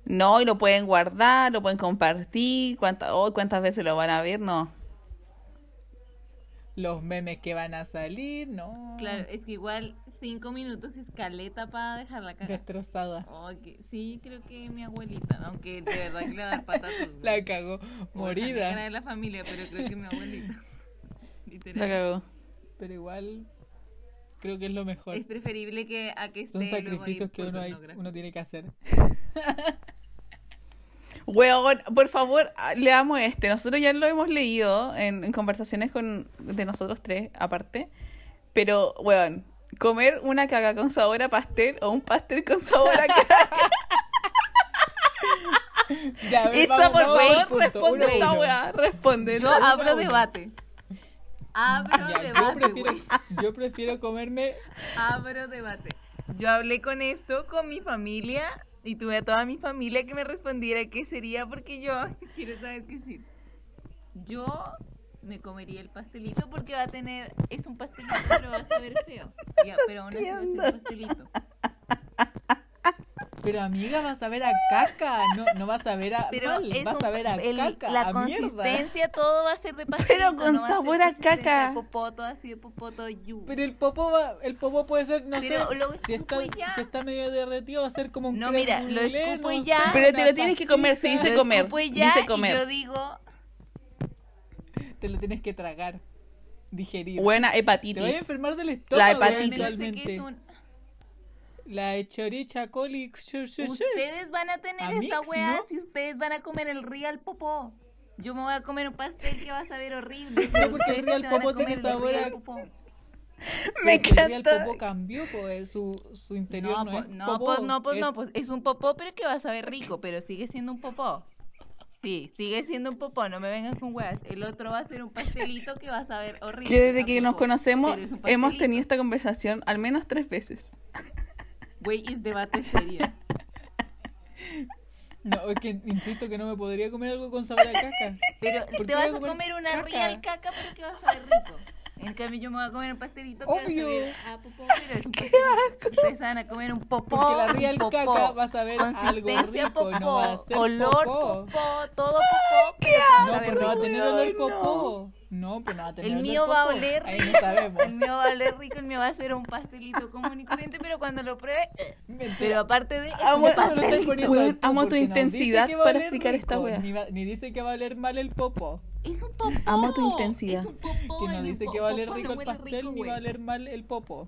Speaker 2: No, y lo pueden guardar, lo pueden compartir. ¿Cuánta, oh, ¿Cuántas veces lo van a ver? No.
Speaker 1: Los memes que van a salir, no.
Speaker 3: Claro, eh, es que igual cinco minutos es caleta para dejarla cagar.
Speaker 1: Destrozada.
Speaker 3: Oh, que- Sí, creo que mi abuelita, aunque de verdad que le va a dar pata a todo.
Speaker 1: La cagó,
Speaker 3: Era
Speaker 1: morida.
Speaker 3: de la familia, pero creo que mi abuelita.
Speaker 2: La
Speaker 3: Literal.
Speaker 2: cagó.
Speaker 1: Pero igual, creo que es lo mejor.
Speaker 3: Es preferible que a que esté
Speaker 1: Son
Speaker 3: luego ahí
Speaker 1: sacrificios que
Speaker 3: por
Speaker 1: uno, hay,
Speaker 3: pornografía.
Speaker 1: uno tiene que hacer.
Speaker 2: Weón, por favor, ah, leamos este. Nosotros ya lo hemos leído en, en conversaciones con de nosotros tres, aparte. Pero, weón, comer una caga con sabor a pastel o un pastel con sabor a caga.
Speaker 1: Ya, a ver,
Speaker 2: Itza,
Speaker 1: vamos-
Speaker 2: por
Speaker 1: vamos al
Speaker 2: favor,
Speaker 1: punto,
Speaker 2: responde
Speaker 1: uno a
Speaker 2: esta
Speaker 1: uno.
Speaker 2: weá. Responde.
Speaker 3: Yo
Speaker 1: uno a
Speaker 3: abro
Speaker 1: uno.
Speaker 3: debate. Abro
Speaker 1: Ya, yo,
Speaker 3: debate,
Speaker 1: prefiero,
Speaker 3: güey.
Speaker 1: yo prefiero comerme.
Speaker 3: Abro debate. Yo hablé con esto con mi familia y tuve a toda mi familia que me respondiera qué sería porque yo quiero saber qué sí. Yo me comería el pastelito porque va a tener es un pastelito pero va a saber feo. Ya, pero aún así va a ser un
Speaker 2: entiendo.
Speaker 3: pastelito.
Speaker 1: Pero amiga, vas a ver a caca. No, no vas a ver a
Speaker 3: Pero
Speaker 1: mal,
Speaker 3: es
Speaker 1: vas
Speaker 3: un-
Speaker 1: a ver a
Speaker 3: el-
Speaker 1: caca,
Speaker 3: la
Speaker 1: a mierda.
Speaker 3: consistencia todo va a ser de pastelito.
Speaker 2: con
Speaker 3: no va ser
Speaker 2: sabor a
Speaker 3: consistencia
Speaker 2: caca.
Speaker 3: de Popoto así de popoto yu.
Speaker 1: Pero el popó va, el popó puede ser, no
Speaker 3: Pero
Speaker 1: sé,
Speaker 3: lo
Speaker 1: si está,
Speaker 3: escupo y ya.
Speaker 1: si está medio derretido va a ser como un
Speaker 3: No,
Speaker 1: creme
Speaker 3: mira, lo
Speaker 1: brûlée,
Speaker 3: escupo y
Speaker 1: no sé,
Speaker 3: ya.
Speaker 2: Pero te
Speaker 1: una
Speaker 2: lo tienes que comer, se
Speaker 1: pastita.
Speaker 2: dice
Speaker 3: Lo
Speaker 2: comer,
Speaker 3: escupo y
Speaker 2: dice
Speaker 3: y
Speaker 2: comer.
Speaker 3: yo digo,
Speaker 1: Te lo tienes que tragar, digerir.
Speaker 2: Buena
Speaker 1: te vas a
Speaker 2: hepatitis.
Speaker 1: enfermar del estómago
Speaker 2: hepatitis.
Speaker 3: realmente sé que es
Speaker 1: eventualmente.
Speaker 3: un-
Speaker 1: La choricha coli. shu, shu, shu.
Speaker 3: Ustedes van a tener
Speaker 1: A
Speaker 3: esa
Speaker 1: mix,
Speaker 3: weá
Speaker 1: ¿no?
Speaker 3: si ustedes van a comer el real popó. Yo me voy a comer un pastel que va a saber horrible.
Speaker 1: porque el
Speaker 3: Ustedes
Speaker 1: real
Speaker 3: se van a
Speaker 1: popó tiene
Speaker 3: comer el
Speaker 1: sabor a-
Speaker 3: real popó.
Speaker 2: Me
Speaker 1: Porque el real
Speaker 2: encanta.
Speaker 1: popó cambió, pues su, su interior
Speaker 3: No,
Speaker 1: no,
Speaker 3: po-
Speaker 1: es
Speaker 3: no,
Speaker 1: popó,
Speaker 3: pues no, pues
Speaker 1: es
Speaker 3: no, pues es un popó, pero que va a saber rico, pero sigue siendo un popó. Sí, sigue siendo un popó, no me vengan con weas. El otro va a ser un pastelito que va a saber horrible.
Speaker 2: Que desde
Speaker 3: a
Speaker 2: que nos
Speaker 3: popó,
Speaker 2: conocemos
Speaker 3: pero es un
Speaker 2: hemos
Speaker 3: pastelito.
Speaker 2: tenido esta conversación al menos tres veces.
Speaker 3: Güey, es debate serio.
Speaker 1: No, es que insisto que no me podría comer algo con sabor a caca.
Speaker 3: Pero
Speaker 1: ¿Por
Speaker 3: te
Speaker 1: qué voy
Speaker 3: vas
Speaker 1: a
Speaker 3: a
Speaker 1: comer
Speaker 3: comer una
Speaker 1: caca?
Speaker 3: real caca, pero que va a saber rico. En cambio, yo me voy a comer un pastelito que
Speaker 1: Obvio.
Speaker 3: va a saber a popó, pero es un pastelito. Ustedes van a comer un popó.
Speaker 1: Porque la
Speaker 3: un
Speaker 1: real
Speaker 3: popó.
Speaker 1: caca va a saber algo
Speaker 3: Consistencia
Speaker 1: rico, no va a ser
Speaker 3: olor
Speaker 1: popó.
Speaker 3: popó, todo popó. ¿Qué
Speaker 1: No, pues no va a tener olor
Speaker 2: Ay, no.
Speaker 1: popó. No, pues no va a tener
Speaker 3: El
Speaker 1: olor
Speaker 3: mío va a
Speaker 1: popó.
Speaker 3: oler
Speaker 1: Ahí no sabemos.
Speaker 3: El mío va a oler rico, el mío va a ser un pastelito común y corriente, pero cuando lo pruebe, eh, pero aparte de es un
Speaker 1: Eso me
Speaker 2: Amo-
Speaker 1: lo estás
Speaker 3: pastelito.
Speaker 1: poniendo
Speaker 2: Weón,
Speaker 1: tú,
Speaker 2: amo tu
Speaker 1: porque nos dice
Speaker 2: intensidad
Speaker 1: que va a
Speaker 2: para
Speaker 1: oler
Speaker 2: explicar esta
Speaker 1: rico,
Speaker 2: wea.
Speaker 1: Ni, va- ni dice que va a oler mal el popó.
Speaker 3: Es un popó.
Speaker 2: Amo tu intensidad.
Speaker 3: Es un popó,
Speaker 1: Que
Speaker 3: es
Speaker 1: no
Speaker 3: un
Speaker 1: dice
Speaker 3: po-
Speaker 1: que va a oler
Speaker 3: popó no
Speaker 1: rico el
Speaker 3: huele
Speaker 1: pastel
Speaker 3: rico,
Speaker 1: ni
Speaker 3: güey.
Speaker 1: va a oler mal el popó.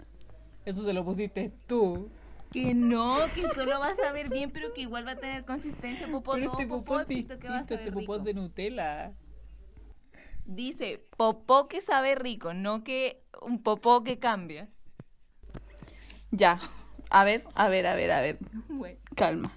Speaker 1: Eso se lo pusiste tú.
Speaker 3: Que no, que solo va a saber bien, pero que igual va a tener consistencia popó,
Speaker 1: Pero
Speaker 3: todo
Speaker 1: este
Speaker 3: popó,
Speaker 1: popó es
Speaker 3: excepto que va a
Speaker 1: distinto, este
Speaker 3: saber
Speaker 1: popó es
Speaker 3: rico.
Speaker 1: de Nutella.
Speaker 3: Dice, popó que sabe rico, no que un popó que cambia.
Speaker 2: Ya. A ver, a ver, a ver, a ver.
Speaker 3: Bueno,
Speaker 2: Calma.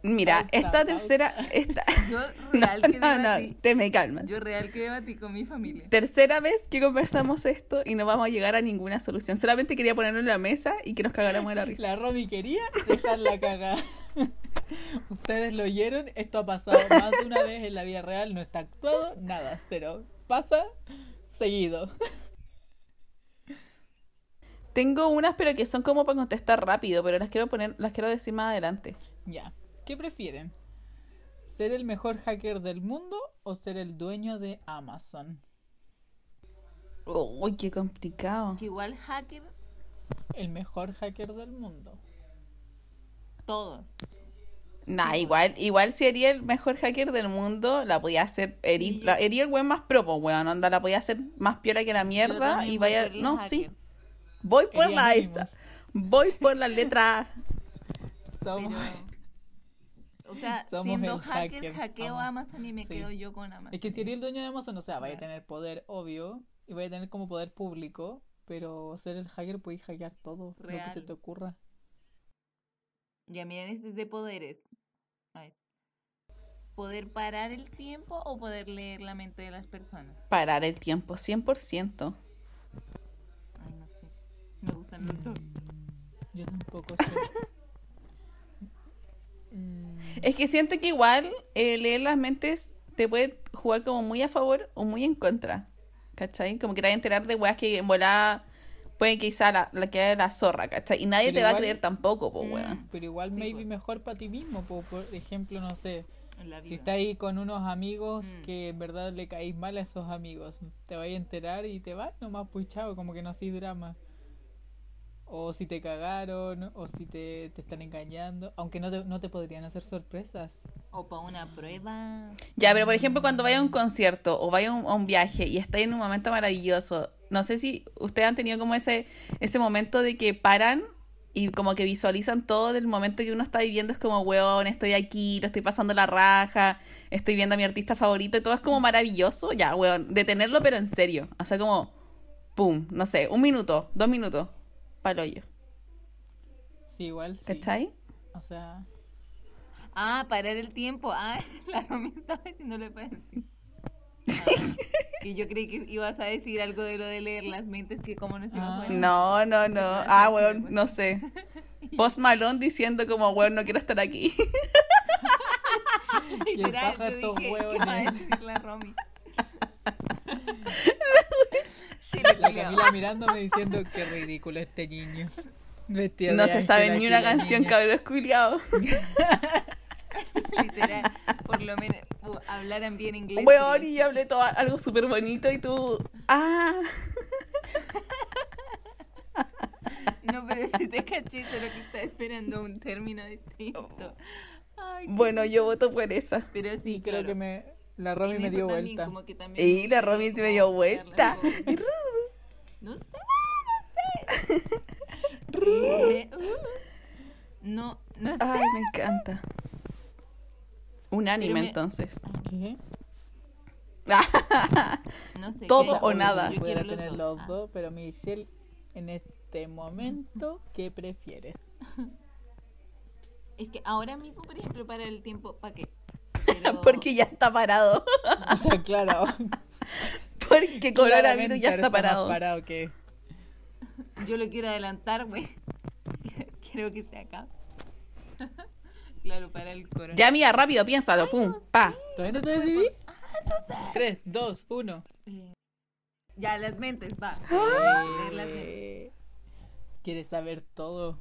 Speaker 2: Mira,
Speaker 1: Pausa,
Speaker 2: esta
Speaker 1: pausa.
Speaker 2: tercera. Esta...
Speaker 3: yo
Speaker 2: No,
Speaker 3: real que
Speaker 2: no, no,
Speaker 3: debatí,
Speaker 2: te me calmas.
Speaker 3: yo real que debatí con mi familia.
Speaker 2: Tercera vez que conversamos esto y no vamos a llegar a ninguna solución. Solamente quería ponerlo en la mesa y que nos cagáramos de la risa.
Speaker 1: La Romy quería dejar la cagada. Ustedes lo oyeron, esto ha pasado más de una vez en la vida real, no está actuado, nada, cero. Pasa seguido.
Speaker 2: Tengo unas, pero que son como para contestar rápido, pero las quiero poner, las quiero decir más adelante.
Speaker 1: Ya, ¿qué prefieren? ¿Ser el mejor hacker del mundo o ser el dueño de Amazon?
Speaker 2: Uy, qué complicado.
Speaker 3: Que igual hacker
Speaker 1: El mejor hacker del mundo.
Speaker 3: todo.
Speaker 2: Nah, igual, igual si haría el mejor hacker del mundo, la podía hacer, herir, la, herir el weón más propo, weón, onda, la podía hacer más piola que la
Speaker 3: Yo
Speaker 2: mierda
Speaker 3: también
Speaker 2: y
Speaker 3: voy
Speaker 2: vaya,
Speaker 3: por el
Speaker 2: no,
Speaker 3: hacker.
Speaker 2: sí, voy por
Speaker 1: Herir
Speaker 2: la
Speaker 1: ánimos.
Speaker 2: esa, voy por la letra A.
Speaker 1: Somos-
Speaker 3: Pero, o sea,
Speaker 1: Somos
Speaker 3: siendo
Speaker 1: el
Speaker 3: hacker,
Speaker 1: hacker,
Speaker 3: hackeo
Speaker 1: Amazon.
Speaker 3: Amazon y me
Speaker 1: Sí.
Speaker 3: quedo yo con Amazon.
Speaker 1: Es que si eres el dueño de Amazon, o sea, vaya a
Speaker 3: Claro.
Speaker 1: tener poder, obvio, y vaya a tener como poder público, pero ser el hacker puedes hackear todo lo que se
Speaker 3: Real.
Speaker 1: te ocurra.
Speaker 3: Ya miren, este es de poderes. A ver. Poder parar el tiempo o poder leer la mente de las personas.
Speaker 2: Parar el tiempo, 100%.
Speaker 3: Ay, no sé. Me gustan los dos.
Speaker 1: Mm, Yo tampoco sé. Mm,
Speaker 2: Es que siento que igual eh, leer las mentes te puede jugar como muy a favor o muy en contra, ¿cachai? Como que te vas a enterar de weas que en volada puede que quizá la, la quede la zorra, ¿cachai? Y nadie
Speaker 1: Pero
Speaker 2: te va a
Speaker 1: igual-
Speaker 2: creer tampoco, po,
Speaker 3: Mm.
Speaker 2: weón.
Speaker 1: Pero igual,
Speaker 3: Sí,
Speaker 1: maybe
Speaker 3: pues.
Speaker 1: mejor para ti mismo, po, por ejemplo, no sé,
Speaker 3: En la vida.
Speaker 1: si estás ahí con unos amigos
Speaker 3: Mm.
Speaker 1: que en verdad le caís mal a esos amigos, te vas a enterar y te vas nomás puchado, como que no haces drama. O si te cagaron, o si te, te están engañando, aunque no te, no te podrían hacer sorpresas.
Speaker 3: O para una prueba.
Speaker 2: Ya, pero por ejemplo, cuando vaya a un concierto o vaya a un, a un viaje y estáis en un momento maravilloso, no sé si ustedes han tenido como ese, ese momento de que paran y como que visualizan todo del momento que uno está viviendo, es como, weón, estoy aquí, lo estoy pasando la raja, estoy viendo a mi artista favorito y todo es como maravilloso, ya, weón, detenerlo pero en serio, o sea, como, pum, no sé, un minuto, dos minutos, pa'l hoyo,
Speaker 1: Sí, igual sí.
Speaker 2: ¿cachai?
Speaker 1: O sea,
Speaker 3: Ah, parar el tiempo. Ah, claro, me estaba diciendo lo para decir. Ah, Y yo creí que ibas a decir algo de lo de leer las mentes, que como nos iba
Speaker 1: Ah.
Speaker 3: a jugar.
Speaker 2: No, no, no, ah, weón, no sé. Post Malone diciendo como, weón, no quiero estar aquí.
Speaker 1: que
Speaker 3: Literal,
Speaker 1: baja
Speaker 3: yo
Speaker 1: estos
Speaker 3: dije, ¿qué va a
Speaker 1: huevones.
Speaker 3: decir la Romy? Sí,
Speaker 1: La
Speaker 3: le creo.
Speaker 1: Camila mirándome diciendo que ridículo este niño. Vestido
Speaker 2: No
Speaker 1: de
Speaker 2: se
Speaker 1: ángel
Speaker 2: sabe
Speaker 1: aquí
Speaker 2: ni una
Speaker 1: la
Speaker 2: canción,
Speaker 1: niña.
Speaker 2: cabros culiados.
Speaker 3: Literal, por lo menos uh, hablaran bien inglés.
Speaker 2: Weón,
Speaker 3: porque-
Speaker 2: y yo hablé todo algo súper bonito y tú. ¡Ah!
Speaker 3: No, pero si te caché, solo que está esperando un término distinto. Ay, qué-
Speaker 2: Bueno, yo voto por esa.
Speaker 3: pero sí,
Speaker 1: Sí, creo
Speaker 3: claro.
Speaker 1: que me, la Romy
Speaker 3: Y
Speaker 1: me
Speaker 3: Nico
Speaker 1: dio
Speaker 3: también,
Speaker 1: vuelta.
Speaker 3: como que también
Speaker 2: Y
Speaker 3: me
Speaker 2: la
Speaker 3: gustaría
Speaker 2: Romy te
Speaker 3: como
Speaker 2: dio
Speaker 3: darle
Speaker 2: vuelta.
Speaker 3: como- No sé, no sé. Eh, uh, No, no sé.
Speaker 2: Ay, me encanta. Unánime,
Speaker 3: Pero me-
Speaker 2: entonces.
Speaker 1: ¿Qué?
Speaker 3: No sé.
Speaker 2: Todo
Speaker 3: ¿qué hay?
Speaker 2: o nada.
Speaker 3: Yo
Speaker 1: Yo
Speaker 3: quiero
Speaker 1: pudiera tener
Speaker 3: dos.
Speaker 1: los
Speaker 3: Ah,
Speaker 1: dos, pero Michelle, en este momento, ¿qué prefieres?
Speaker 3: Es que ahora mismo, por ejemplo, para el tiempo, ¿para qué? Pero-
Speaker 2: Porque ya está parado.
Speaker 1: O sea, claro.
Speaker 2: Porque coronavirus
Speaker 1: claramente
Speaker 2: ya
Speaker 1: ahora
Speaker 2: está
Speaker 1: más
Speaker 2: parado.
Speaker 1: parado que
Speaker 3: Yo lo quiero adelantar, güey. Quiero que se acabe. claro, para el corona.
Speaker 2: Ya, mía, rápido, piénsalo.
Speaker 3: Ah.
Speaker 2: Pum, pa.
Speaker 1: ¿Todavía no te decidí? Tres, dos, uno.
Speaker 3: Eh, Ya, las mentes, va.
Speaker 2: ¡Ah!
Speaker 3: Leer las mentes.
Speaker 1: Eh, ¿Quieres saber todo?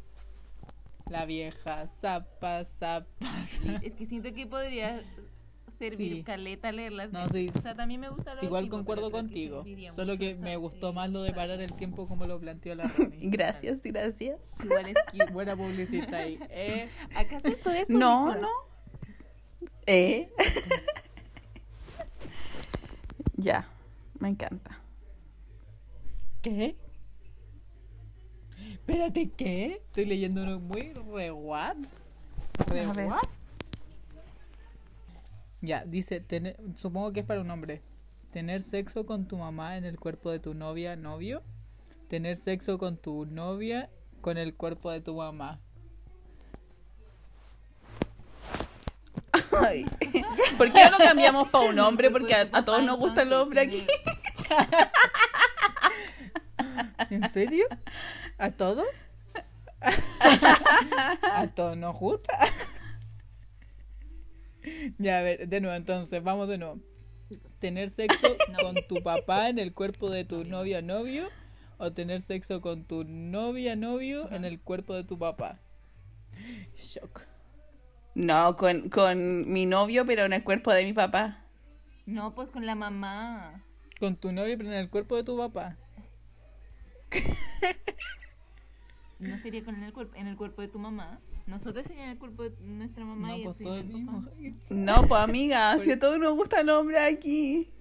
Speaker 1: La vieja zapa, zapa.
Speaker 3: Sí, Es que siento que podría servir
Speaker 1: Sí.
Speaker 3: caleta leer las
Speaker 1: No,
Speaker 3: mentes.
Speaker 1: sí.
Speaker 3: O sea, también me gusta lo
Speaker 1: Sí,
Speaker 3: del
Speaker 1: igual
Speaker 3: tiempo,
Speaker 1: concuerdo
Speaker 3: pero creo que
Speaker 1: contigo.
Speaker 3: serviría
Speaker 1: Solo
Speaker 3: mucho
Speaker 1: que
Speaker 3: esa-
Speaker 1: me gustó
Speaker 3: eh,
Speaker 1: más lo de
Speaker 3: esa-
Speaker 1: parar el tiempo como lo planteó la Rami.
Speaker 2: Gracias, gracias.
Speaker 3: Igual es cute.
Speaker 1: Buena publicita ahí. Eh,
Speaker 3: ¿Acaso esto es
Speaker 2: No,
Speaker 3: publicidad?
Speaker 2: no. ¿Eh? ya, me encanta.
Speaker 1: ¿Qué? Espérate, ¿qué? Estoy leyendo uno muy re what. Re
Speaker 2: A ver.
Speaker 1: what. Ya, dice, tener- supongo que es para un hombre. Tener sexo con tu mamá en el cuerpo de tu novia, novio. Tener sexo con tu novia con el cuerpo de tu mamá.
Speaker 2: Ay. ¿Por qué no lo cambiamos para un hombre? Porque
Speaker 3: Pues
Speaker 2: a, a todos nos gusta el hombre aquí.
Speaker 1: ¿En serio? ¿A todos? ¿A todos nos gusta? ya, a ver, de nuevo, entonces, vamos de nuevo. ¿Tener sexo con tu papá en el cuerpo de tu novia novio? ¿O tener sexo con tu novia novio en el cuerpo de tu papá? Shock.
Speaker 2: No, con, con mi novio, pero en el cuerpo de mi papá.
Speaker 3: No, pues con la mamá.
Speaker 1: Con tu novio, pero en el cuerpo de tu papá.
Speaker 3: No sería con el cuerpo, en el cuerpo de tu mamá. Nosotros sería en el cuerpo de nuestra mamá
Speaker 1: no,
Speaker 3: y
Speaker 1: pues
Speaker 3: el tuyo
Speaker 1: todo el
Speaker 3: del papá.
Speaker 1: mismo.
Speaker 2: No, pues amiga, si a todos nos gusta el hombre aquí.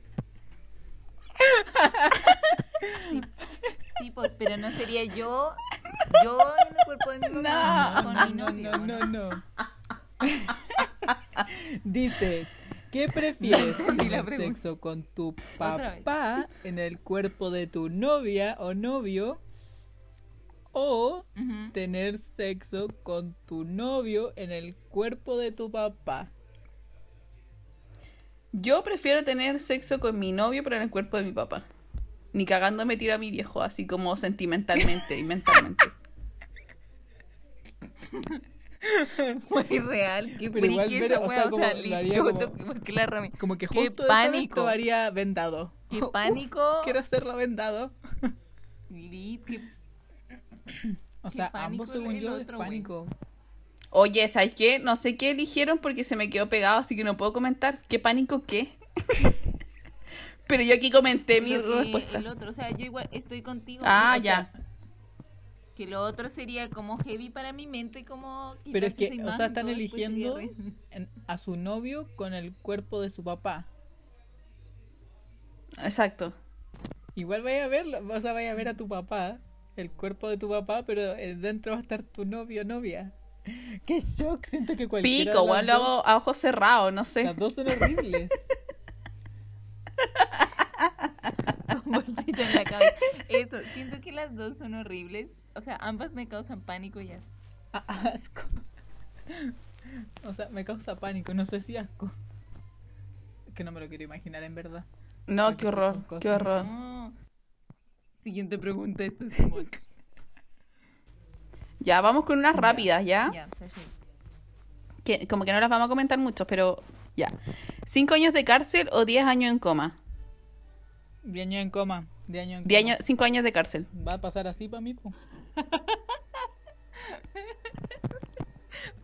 Speaker 3: Sí, pues, pero no sería yo, yo en el cuerpo de mi mamá,
Speaker 2: No.
Speaker 3: con mi
Speaker 1: No,
Speaker 3: novio.
Speaker 1: no, no, no. Dice, ¿qué prefieres?
Speaker 3: No entendí la
Speaker 1: ¿Tener
Speaker 3: pregunta.
Speaker 1: sexo con tu
Speaker 3: Otra vez.
Speaker 1: papá en el cuerpo de tu novia o novio? ¿O
Speaker 3: Ujú.
Speaker 1: tener sexo con tu novio en el cuerpo de tu papá?
Speaker 2: Yo prefiero tener sexo con mi novio, pero en el cuerpo de mi papá. Ni cagando me tiro a mi viejo, así como sentimentalmente y mentalmente.
Speaker 3: Muy real, qué
Speaker 1: Pero igual
Speaker 3: friki
Speaker 1: ver-
Speaker 3: esa
Speaker 1: o
Speaker 3: wea,
Speaker 1: sea,
Speaker 3: o
Speaker 1: como
Speaker 3: sea,
Speaker 1: lo haría
Speaker 3: listo,
Speaker 1: como-
Speaker 3: como que la Rami.
Speaker 1: Como que
Speaker 3: ¡Qué
Speaker 1: justo esa vez
Speaker 3: pánico!
Speaker 1: lo haría vendado.
Speaker 3: Qué
Speaker 1: Uf,
Speaker 3: pánico,
Speaker 1: quiero hacerlo vendado.
Speaker 3: Lit, qué-
Speaker 1: O
Speaker 3: Qué
Speaker 1: sea,
Speaker 3: pánico
Speaker 1: ambos
Speaker 3: el-
Speaker 1: según
Speaker 3: el
Speaker 1: yo es
Speaker 3: otro, güey.
Speaker 1: pánico.
Speaker 2: Oye, ¿sabes qué? No sé qué eligieron porque se me quedó pegado, así que no puedo comentar. ¿Qué pánico qué? pero yo aquí comenté mi
Speaker 3: lo que
Speaker 2: respuesta.
Speaker 3: El otro, o sea, yo igual estoy contigo.
Speaker 2: Ah,
Speaker 3: o sea,
Speaker 2: ya.
Speaker 3: que lo otro sería como heavy para mi mente, como.
Speaker 1: Pero es
Speaker 3: quitarse
Speaker 1: que, o
Speaker 3: esa imagen,
Speaker 1: sea, están
Speaker 3: todo después pues, sería
Speaker 1: eligiendo
Speaker 3: re-
Speaker 1: en- a su novio con el cuerpo de su papá.
Speaker 2: Exacto.
Speaker 1: Igual vaya a verlo, o sea, vaya a ver a tu papá, el cuerpo de tu papá, pero eh, dentro va a estar tu novio o novia. Qué shock, siento que cualquiera
Speaker 2: Pico,
Speaker 1: de las
Speaker 2: igual lo
Speaker 1: dos-
Speaker 2: hago a ojos cerrados, no sé.
Speaker 1: Las dos son horribles.
Speaker 3: Vueltita en la cabeza. Eso, siento que las dos son horribles. O sea, ambas me causan pánico y asco.
Speaker 1: Ah, asco. O sea, me causa pánico, no sé si asco. Es que no me lo quiero imaginar en verdad.
Speaker 2: No, qué horror, qué horror.
Speaker 1: Ah.
Speaker 3: No. Siguiente pregunta, esto es como.
Speaker 2: Ya, vamos con unas rápidas,
Speaker 1: ¿Ah?
Speaker 2: ¿ya?
Speaker 3: Ya, o sea, sí.
Speaker 2: Que, como que no las vamos a comentar mucho, pero ya. ¿Cinco años de cárcel o diez años en coma?
Speaker 1: De año en coma, de año en coma.
Speaker 2: Diez años, cinco años de cárcel.
Speaker 1: Va a pasar así para mí, po.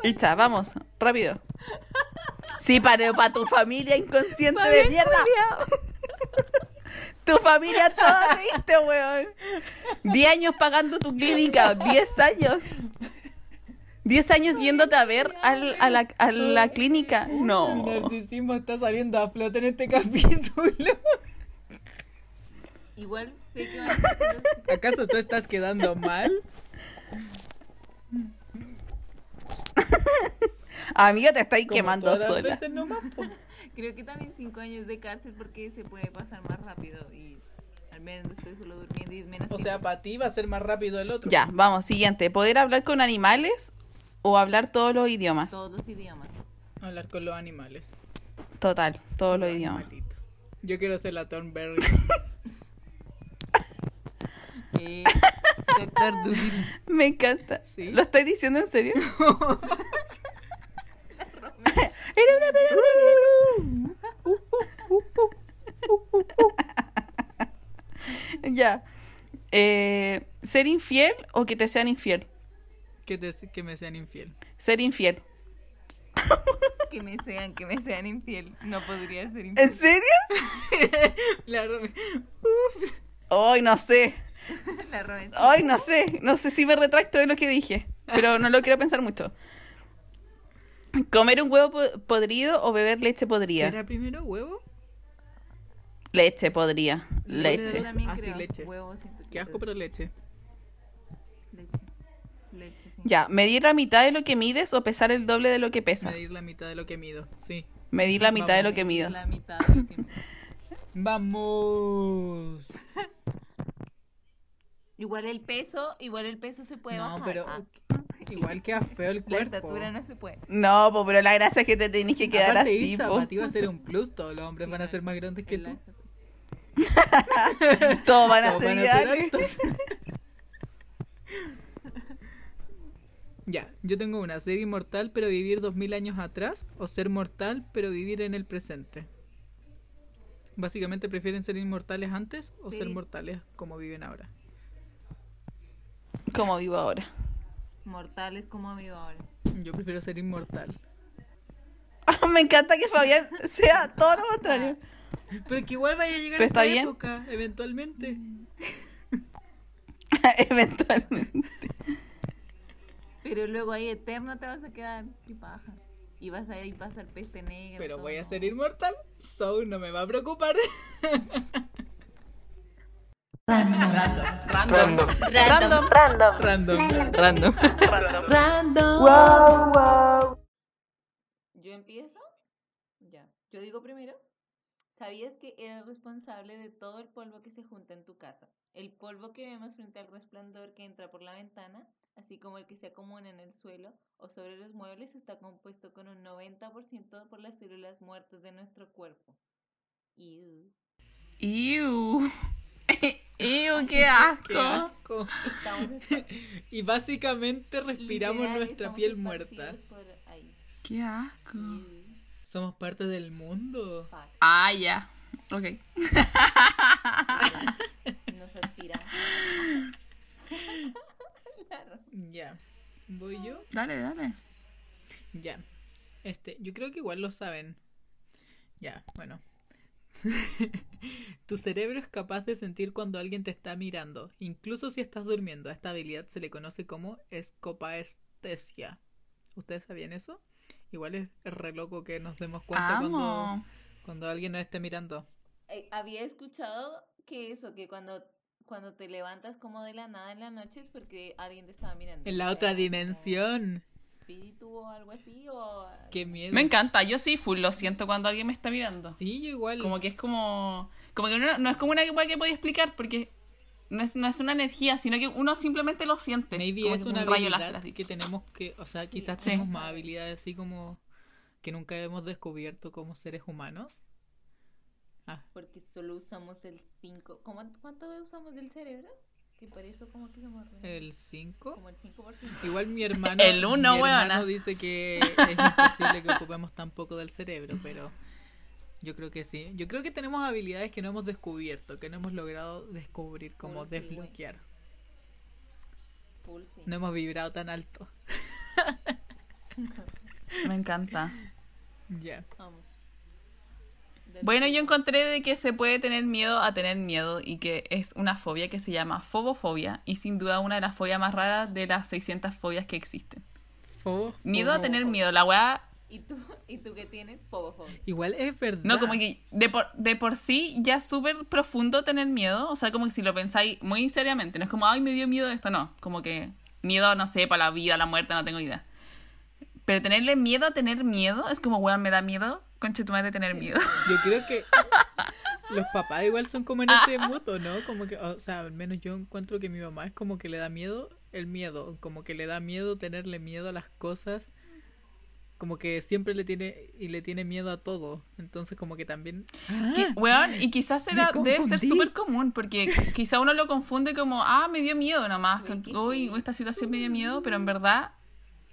Speaker 2: Itza, vamos, rápido. Sí, para, para tu familia inconsciente de mierda. Tu familia toda te diste, weón. Diez años pagando tu clínica, diez años. Diez años yéndote a ver al- a, la, a la clínica.
Speaker 1: El
Speaker 2: No.
Speaker 1: narcisismo está saliendo a flote en este capítulo.
Speaker 3: Igual sé que van a ser los-
Speaker 1: ¿Acaso tú estás quedando mal?
Speaker 2: Amiga, te estáis
Speaker 1: Como
Speaker 2: quemando
Speaker 1: todas las
Speaker 2: sola.
Speaker 1: veces nomás, po.
Speaker 3: Creo que también cinco años de cárcel porque se puede pasar más rápido y al menos estoy solo durmiendo y es menos
Speaker 1: O sea,
Speaker 3: tiempo.
Speaker 1: para ti va a ser más rápido el otro.
Speaker 2: Ya, vamos, siguiente. ¿Poder hablar con animales o hablar todos los idiomas?
Speaker 3: todos los idiomas.
Speaker 1: Hablar con los animales.
Speaker 2: Total, todos los idiomas.
Speaker 1: Animalitos. Yo quiero ser la Thornberry.
Speaker 3: Eh, doctor Dolittle.
Speaker 2: Me encanta.
Speaker 1: Sí.
Speaker 2: ¿Lo estoy diciendo en serio? ya. Eh, ¿Ser infiel o que te sean infiel?
Speaker 1: que, te- que me sean infiel.
Speaker 2: Ser infiel.
Speaker 3: que me sean, que me sean infiel. No podría ser
Speaker 2: ¿En
Speaker 3: infiel.
Speaker 2: serio?
Speaker 1: La Rome-
Speaker 2: Ay, no sé.
Speaker 3: La Rome-
Speaker 2: Ay, no sé. No sé si me retracto de lo que dije. Pero no lo quiero pensar mucho. ¿Comer un huevo po- podrido o beber leche podrida?
Speaker 1: ¿Era primero huevo?
Speaker 2: Leche podrida.
Speaker 3: Yo
Speaker 2: Leche.
Speaker 3: también
Speaker 1: Ah, sí,
Speaker 3: creo.
Speaker 1: leche.
Speaker 3: Huevo, siento que-
Speaker 1: Qué asco, pero leche.
Speaker 3: Leche. Leche. sí.
Speaker 2: Ya, medir la mitad de lo que mides o pesar el doble de lo que pesas.
Speaker 1: Medir la mitad de lo que mido. Sí.
Speaker 2: Medir la mitad de lo que
Speaker 3: Es
Speaker 2: mido.
Speaker 3: La mitad de lo que mido.
Speaker 1: Vamos.
Speaker 3: Igual el peso, igual el peso se puede
Speaker 1: no,
Speaker 3: bajar.
Speaker 1: pero
Speaker 3: Ah,
Speaker 1: igual queda feo el
Speaker 3: la
Speaker 1: cuerpo.
Speaker 3: estatura no se puede.
Speaker 2: No, po, pero la gracia es que te tenés que quedar
Speaker 1: Aparte,
Speaker 2: así,
Speaker 1: Itza,
Speaker 2: po.
Speaker 1: para ti va a ser un plus. Todos los hombres
Speaker 3: Sí,
Speaker 1: van a
Speaker 3: no,
Speaker 1: ser más grandes que
Speaker 3: En la-
Speaker 1: tú.
Speaker 2: Todos van a
Speaker 1: Todos van a
Speaker 2: ser
Speaker 1: ser
Speaker 2: ideales.
Speaker 1: altos. Ya, yo tengo una, ser inmortal pero vivir dos mil años atrás o ser mortal pero vivir en el presente. Básicamente prefieren ser inmortales antes o ser
Speaker 3: Sí.
Speaker 1: mortales como viven ahora.
Speaker 2: Como vivo ahora.
Speaker 3: Mortales como vivo ahora.
Speaker 1: Yo prefiero ser inmortal.
Speaker 2: Ah, Me encanta que Fabián sea todo lo contrario.
Speaker 3: Ah,
Speaker 1: Pero que igual vaya a llegar
Speaker 2: Pero
Speaker 1: a
Speaker 2: está
Speaker 1: esta
Speaker 2: bien.
Speaker 1: época, eventualmente.
Speaker 3: Mm,
Speaker 2: Eventualmente.
Speaker 3: Pero luego ahí eterno te vas a quedar. Qué paja. Y vas a ir a pasar peste negra.
Speaker 1: Pero
Speaker 3: todo.
Speaker 1: voy a ser inmortal, so no me va a preocupar.
Speaker 2: Random. Random.
Speaker 1: Random.
Speaker 4: Random.
Speaker 3: ¿Yo empiezo? Ya. Yo digo primero. ¿Sabías que eres responsable de todo el polvo que se junta en tu casa? El polvo que vemos frente al resplandor que entra por la ventana, así como el que se acumula en el suelo o sobre los muebles, está compuesto con un 90% por las células muertas de nuestro cuerpo. Iu.
Speaker 2: Iu. Iu, qué asco.
Speaker 1: Asco.
Speaker 3: Estamos
Speaker 1: Y básicamente respiramos
Speaker 3: literal,
Speaker 1: nuestra
Speaker 3: estamos
Speaker 1: piel muerta. Ah.
Speaker 3: esparcidos por ahí.
Speaker 2: Qué asco.
Speaker 3: Iu,
Speaker 1: Somos parte del mundo.
Speaker 3: fuck.
Speaker 2: Ah, ya. Ok.
Speaker 3: Nos aspiramos. Claro.
Speaker 1: Ya. ¿Voy yo?
Speaker 2: Dale, dale.
Speaker 1: Ya. Este, yo creo que igual lo saben. Ya, bueno. tu cerebro es capaz de sentir cuando alguien te está mirando, incluso si estás durmiendo. A esta habilidad se le conoce como escopaestesia. ¿Ustedes sabían eso? Igual es es re loco que nos demos cuenta cuando,
Speaker 2: Amo.
Speaker 1: cuando alguien nos esté mirando.
Speaker 3: Eh, había escuchado que eso, que cuando, cuando te levantas como de la nada en la noche es porque alguien te estaba mirando.
Speaker 1: En la
Speaker 3: o
Speaker 1: otra
Speaker 3: sea,
Speaker 1: dimensión.
Speaker 3: como Espíritu o algo así, o...
Speaker 1: Qué miedo.
Speaker 2: Me encanta. Yo sí, full, lo siento cuando alguien me está mirando.
Speaker 1: Sí, yo igual.
Speaker 2: Como que es como. Como que no, no es como una cosa que podía explicar porque no es, no es una energía, sino que uno simplemente lo siente.
Speaker 1: Maybe
Speaker 2: como
Speaker 1: es
Speaker 2: que
Speaker 1: una
Speaker 2: un rayo
Speaker 1: habilidad
Speaker 2: láser así.
Speaker 1: que tenemos que, o sea, quizás
Speaker 2: Sí.
Speaker 1: tenemos más habilidades así como que nunca hemos descubierto como seres humanos. Ah,
Speaker 3: Porque solo usamos el 5. ¿Cuánto usamos del cerebro? Que por eso como que se muerde.
Speaker 1: el 5.
Speaker 3: Como el 5%.
Speaker 1: Igual mi hermano,
Speaker 2: El uno,
Speaker 1: mi
Speaker 2: huevona.
Speaker 1: hermano dice que es imposible que ocupemos tan poco del cerebro, pero yo creo que sí. Yo creo que tenemos habilidades que no hemos descubierto, que no hemos logrado descubrir, como
Speaker 3: Porque, bueno.
Speaker 1: desbloquear.
Speaker 3: Full, sí.
Speaker 1: No hemos vibrado tan alto.
Speaker 2: Me encanta.
Speaker 1: Ya.
Speaker 3: Vamos.
Speaker 2: Bueno, yo encontré de que se puede tener miedo a tener miedo y que es una fobia que se llama fobofobia y sin duda una de las fobias más raras de las 600 fobias que existen.
Speaker 1: Fo-
Speaker 2: Miedo a
Speaker 1: fobo.
Speaker 2: tener miedo, la weá...
Speaker 3: ¿Y tú, ¿Y tú qué tienes? Pobofobia.
Speaker 1: Igual es verdad.
Speaker 2: No, como que de por, de por sí ya es súper profundo tener miedo, o sea, como que si lo pensáis muy seriamente, no es como, ay, me dio miedo esto, no, como que miedo, no sé, para la vida, la muerte, no tengo idea. Pero tenerle miedo a tener miedo es como, weón, me da miedo, conche tu madre tener miedo.
Speaker 1: Yo creo que los papás igual son como en ese mutuo, ¿no? Como que, o sea, al menos yo encuentro que mi mamá es como que le da miedo el miedo, como que le da miedo tenerle miedo a las cosas, como que siempre le tiene y le tiene miedo a todo, entonces como que también.
Speaker 2: Qui-
Speaker 1: ¡Ah!
Speaker 2: weón, y quizás
Speaker 1: me
Speaker 2: era, debe ser
Speaker 1: confundí.
Speaker 2: súper común, porque quizá uno lo confunde como, ah, me dio miedo nomás, con,
Speaker 3: Uy, qué
Speaker 2: uy,
Speaker 3: heavy".
Speaker 2: esta situación me dio miedo, pero en verdad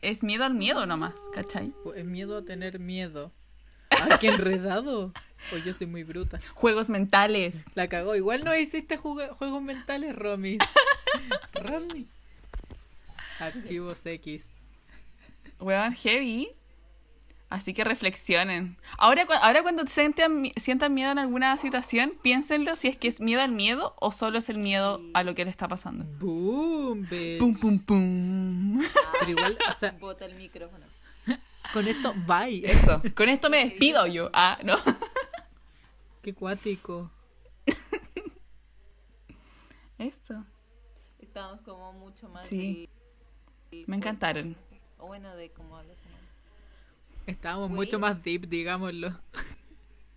Speaker 2: es miedo al miedo nomás, ¿cachai?
Speaker 1: Pues es miedo a tener miedo. ¡Ay, qué enredado! O yo soy muy bruta.
Speaker 2: Juegos mentales.
Speaker 1: La cagó. Igual no hiciste jugu- juegos mentales, Romy. Romy. Archivos X.
Speaker 2: Weón, heavy. Así que reflexionen. Ahora, cu- ahora cuando sientan, mi- sientan miedo en alguna situación, piénsenlo si es que es miedo al miedo o solo es el miedo a lo que le está pasando.
Speaker 1: Boom, bitch.
Speaker 2: Pum, pum, pum.
Speaker 1: Pero igual, o sea,
Speaker 3: Bota el micrófono.
Speaker 1: con esto, bye.
Speaker 2: Eso. Con esto me despido yo. Ah, no.
Speaker 1: Qué cuático.
Speaker 2: Eso.
Speaker 3: Estábamos como mucho más...
Speaker 2: Sí.
Speaker 3: del- del
Speaker 2: Me
Speaker 3: cuerpo,
Speaker 2: encantaron.
Speaker 3: no sé. O bueno, de cómo hablas. ¿no?
Speaker 1: Estábamos
Speaker 3: Güey.
Speaker 1: mucho más deep, digámoslo.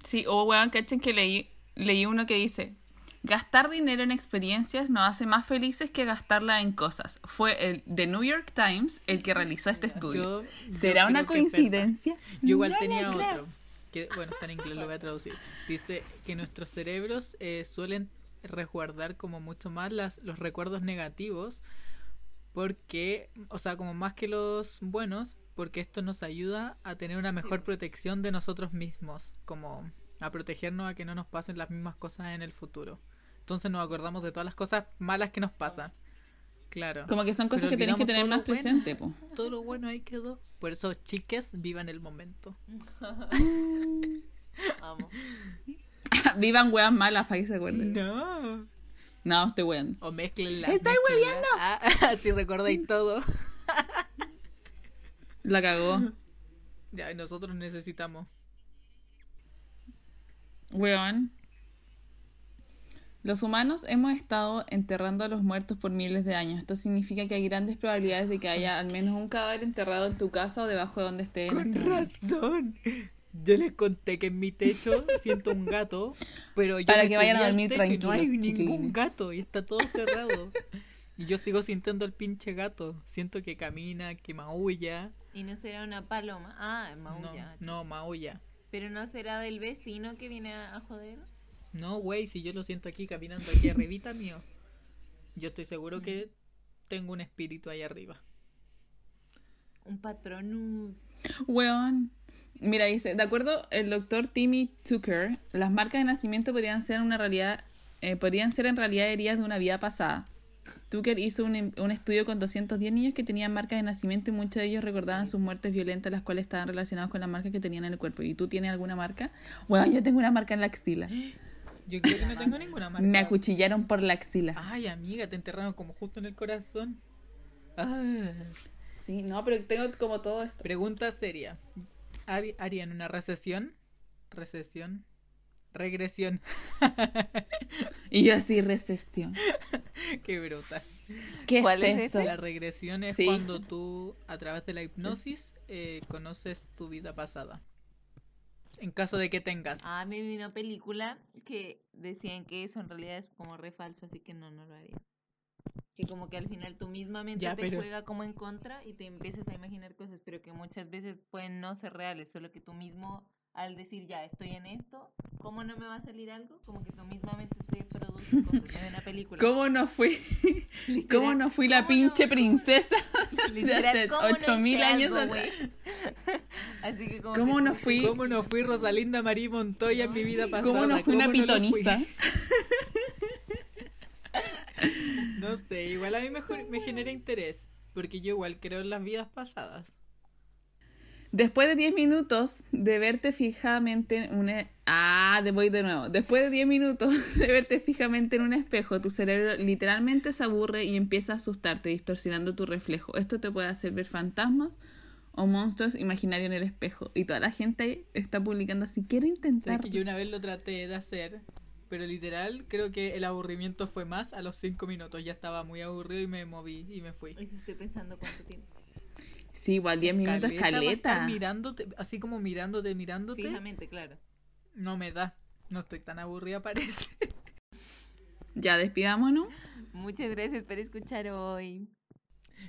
Speaker 2: Sí, o weón, cachen que leí, leí uno que dice, gastar dinero en experiencias nos hace más felices que gastarla en cosas. Fue el The New York Times el que realizó este
Speaker 1: Yo,
Speaker 2: estudio.
Speaker 1: yo
Speaker 2: ¿Será una
Speaker 1: creo que es
Speaker 2: coincidencia?
Speaker 1: verdad. Yo igual
Speaker 2: No lo
Speaker 1: tenía
Speaker 2: creo.
Speaker 1: otro. Que, bueno, está en inglés, lo voy a traducir. Dice que nuestros cerebros eh, suelen resguardar como mucho más las, los recuerdos negativos. Porque, o sea, como más que los buenos, porque esto nos ayuda a tener una mejor
Speaker 3: pues.
Speaker 1: protección de nosotros mismos, como a protegernos a que no nos pasen las mismas cosas en el futuro. Entonces nos acordamos de todas las cosas malas que nos pasan. Claro.
Speaker 2: Como que son cosas
Speaker 1: Pero
Speaker 2: que tenés que
Speaker 1: olvidamos
Speaker 2: tener
Speaker 1: todo
Speaker 2: más
Speaker 1: lo bueno.
Speaker 2: presente, po.
Speaker 1: Todo lo bueno ahí quedó. Por eso, chiques, vivan el momento.
Speaker 3: Amo.
Speaker 2: Vivan weas malas para que se acuerden. este No,
Speaker 1: No.
Speaker 2: estoy weando.
Speaker 1: O mezclenla.
Speaker 2: ¡Estáis
Speaker 1: hueviando! Ah, Así recordáis todo.
Speaker 2: La cagó.
Speaker 1: Ya, y nosotros necesitamos.
Speaker 2: Weón. Los humanos hemos estado enterrando a los muertos por miles de años. Esto significa que hay grandes probabilidades de que haya al menos un cadáver enterrado en tu casa o debajo de donde esté. en
Speaker 1: Con
Speaker 2: este momento.
Speaker 1: razón. Yo les conté que en mi techo siento un gato, pero yo
Speaker 2: Para
Speaker 1: me
Speaker 2: que vayan
Speaker 1: subí
Speaker 2: a
Speaker 1: al
Speaker 2: dormir
Speaker 1: techo y no hay
Speaker 2: tranquilos,
Speaker 1: ningún
Speaker 2: chiquilines.
Speaker 1: gato y está todo cerrado. Y yo sigo sintiendo el pinche gato. Siento que camina, que maulla.
Speaker 3: Y no será una paloma. Ah, maulla.
Speaker 1: No, no, maulla.
Speaker 3: Pero no será del vecino que viene a a joder.
Speaker 1: No, güey, si yo lo siento aquí caminando aquí arribita mío. Yo estoy seguro que tengo un espíritu ahí arriba.
Speaker 3: Un patronus.
Speaker 2: Weón. Mira, dice, de acuerdo el doctor Timmy Tucker, las marcas de nacimiento podrían ser una realidad, eh, podrían ser en realidad heridas de una vida pasada. Tucker hizo un, un estudio con 210 niños que tenían marcas de nacimiento y muchos de ellos recordaban sus muertes violentas, las cuales estaban relacionadas con las marcas que tenían en el cuerpo. ¿Y tú tienes alguna marca? Weón, yo tengo una marca en la axila.
Speaker 1: Yo creo que no tengo ninguna marca.
Speaker 2: Me acuchillaron por la axila.
Speaker 1: Ay, amiga, te enterraron como justo en el corazón. Ah.
Speaker 2: Sí, no, pero tengo como todo esto.
Speaker 1: Pregunta seria. ¿Hari- ¿Harían una recesión? ¿Recesión? Regresión.
Speaker 2: Y yo así recesión.
Speaker 1: Qué bruta.
Speaker 2: ¿Qué
Speaker 3: ¿Cuál es
Speaker 2: es esto?
Speaker 1: La regresión es
Speaker 2: Sí.
Speaker 1: cuando tú, a través de la hipnosis, eh, conoces tu vida pasada. En caso de que tengas.
Speaker 3: Ah, me vi una película que decían que eso en realidad es como re falso, así que no, no lo haría. Que como que al final tu misma mente
Speaker 1: Ya,
Speaker 3: te
Speaker 1: pero-
Speaker 3: juega como en contra y te empiezas a imaginar cosas, pero que muchas veces pueden no ser reales, solo que tú mismo al decir ya estoy en esto, ¿cómo no me va a salir algo? Como que tu misma mente te produce cosas. Me vi una película.
Speaker 2: ¿Cómo no fui?
Speaker 3: Literal,
Speaker 2: ¿Cómo no fui la
Speaker 3: ¿cómo no?
Speaker 2: pinche princesa?
Speaker 3: Literal,
Speaker 2: hace
Speaker 3: ¿cómo no
Speaker 2: 8000
Speaker 3: hice
Speaker 2: años
Speaker 3: algo,
Speaker 2: atrás?
Speaker 3: güey? Así que como
Speaker 2: ¿Cómo
Speaker 3: que
Speaker 2: no
Speaker 3: tú-
Speaker 2: fui?
Speaker 1: ¿Cómo no fui Rosalinda Marí Montoya en mi vida pasada?
Speaker 2: ¿Cómo no fui una
Speaker 1: ¿Cómo no lo fui?
Speaker 2: pitoniza?
Speaker 1: No sé, igual a mí me, ju- me genera interés. Porque yo igual creo en las vidas pasadas.
Speaker 2: Después de 10 minutos de verte fijamente en una... Ah, de- voy de nuevo. Después de 10 minutos de verte fijamente en un espejo, tu cerebro literalmente se aburre y empieza a asustarte, distorsionando tu reflejo. Esto te puede hacer ver fantasmas o monstruos imaginarios en el espejo. Y toda la gente está publicando así, quiero
Speaker 1: Sabes
Speaker 2: intentar.
Speaker 1: que yo una vez lo traté de hacer, pero literal creo que el aburrimiento fue más a los cinco minutos. Ya estaba muy aburrido y me moví y me fui.
Speaker 3: Eso estoy pensando cuánto tiempo.
Speaker 2: Sí, igual 10 minutos
Speaker 1: Caleta, va a estar
Speaker 2: caleta.
Speaker 1: mirándote, así como mirándote, mirándote,
Speaker 3: Fijamente, claro.
Speaker 1: no me da. No estoy tan aburrida, parece.
Speaker 2: Ya despidámonos.
Speaker 3: Muchas gracias por escuchar hoy.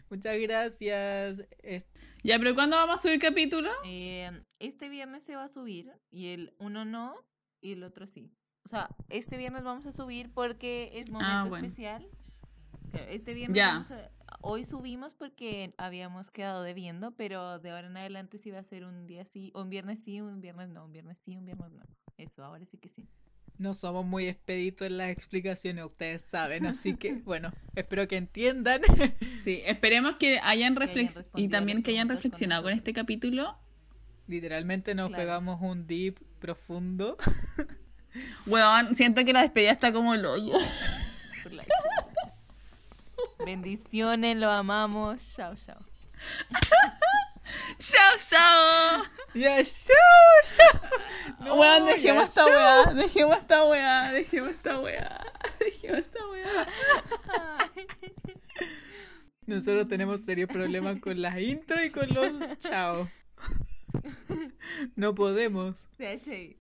Speaker 1: Muchas gracias. Es-
Speaker 2: Ya, pero ¿cuándo vamos a subir capítulo?
Speaker 3: Eh, este viernes se va a subir y el uno no y el otro sí. O sea, este viernes vamos a subir porque es momento
Speaker 2: Ah, bueno.
Speaker 3: especial. Claro, Este viernes
Speaker 2: Ya.
Speaker 3: vamos a- hoy subimos porque habíamos quedado debiendo, pero de ahora en adelante sí va a ser un día sí, un viernes sí, un viernes no, un viernes sí, un viernes no. Eso, ahora sí que sí.
Speaker 1: No somos muy expeditos en las explicaciones, ustedes saben, así que bueno, espero que entiendan.
Speaker 2: Sí, esperemos que hayan
Speaker 3: hayan
Speaker 2: reflex y
Speaker 3: respondido
Speaker 2: también
Speaker 3: las
Speaker 2: que hayan
Speaker 3: preguntas con
Speaker 2: reflexionado con
Speaker 3: nosotros.
Speaker 2: este capítulo.
Speaker 1: Literalmente nos
Speaker 3: Claro.
Speaker 1: pegamos un dip profundo.
Speaker 2: Weón, siento que la despedida está como el hoyo.
Speaker 3: Por la- Bendiciones, lo amamos. Chao, chao.
Speaker 2: ¡Chao, chao!
Speaker 1: Ya, ya
Speaker 2: weón, dejemos esta weá, dejemos esta weá, dejemos esta weá, dejemos esta weá.
Speaker 1: Nosotros tenemos serios problemas con las intro y con los chao. No podemos.
Speaker 3: CHI.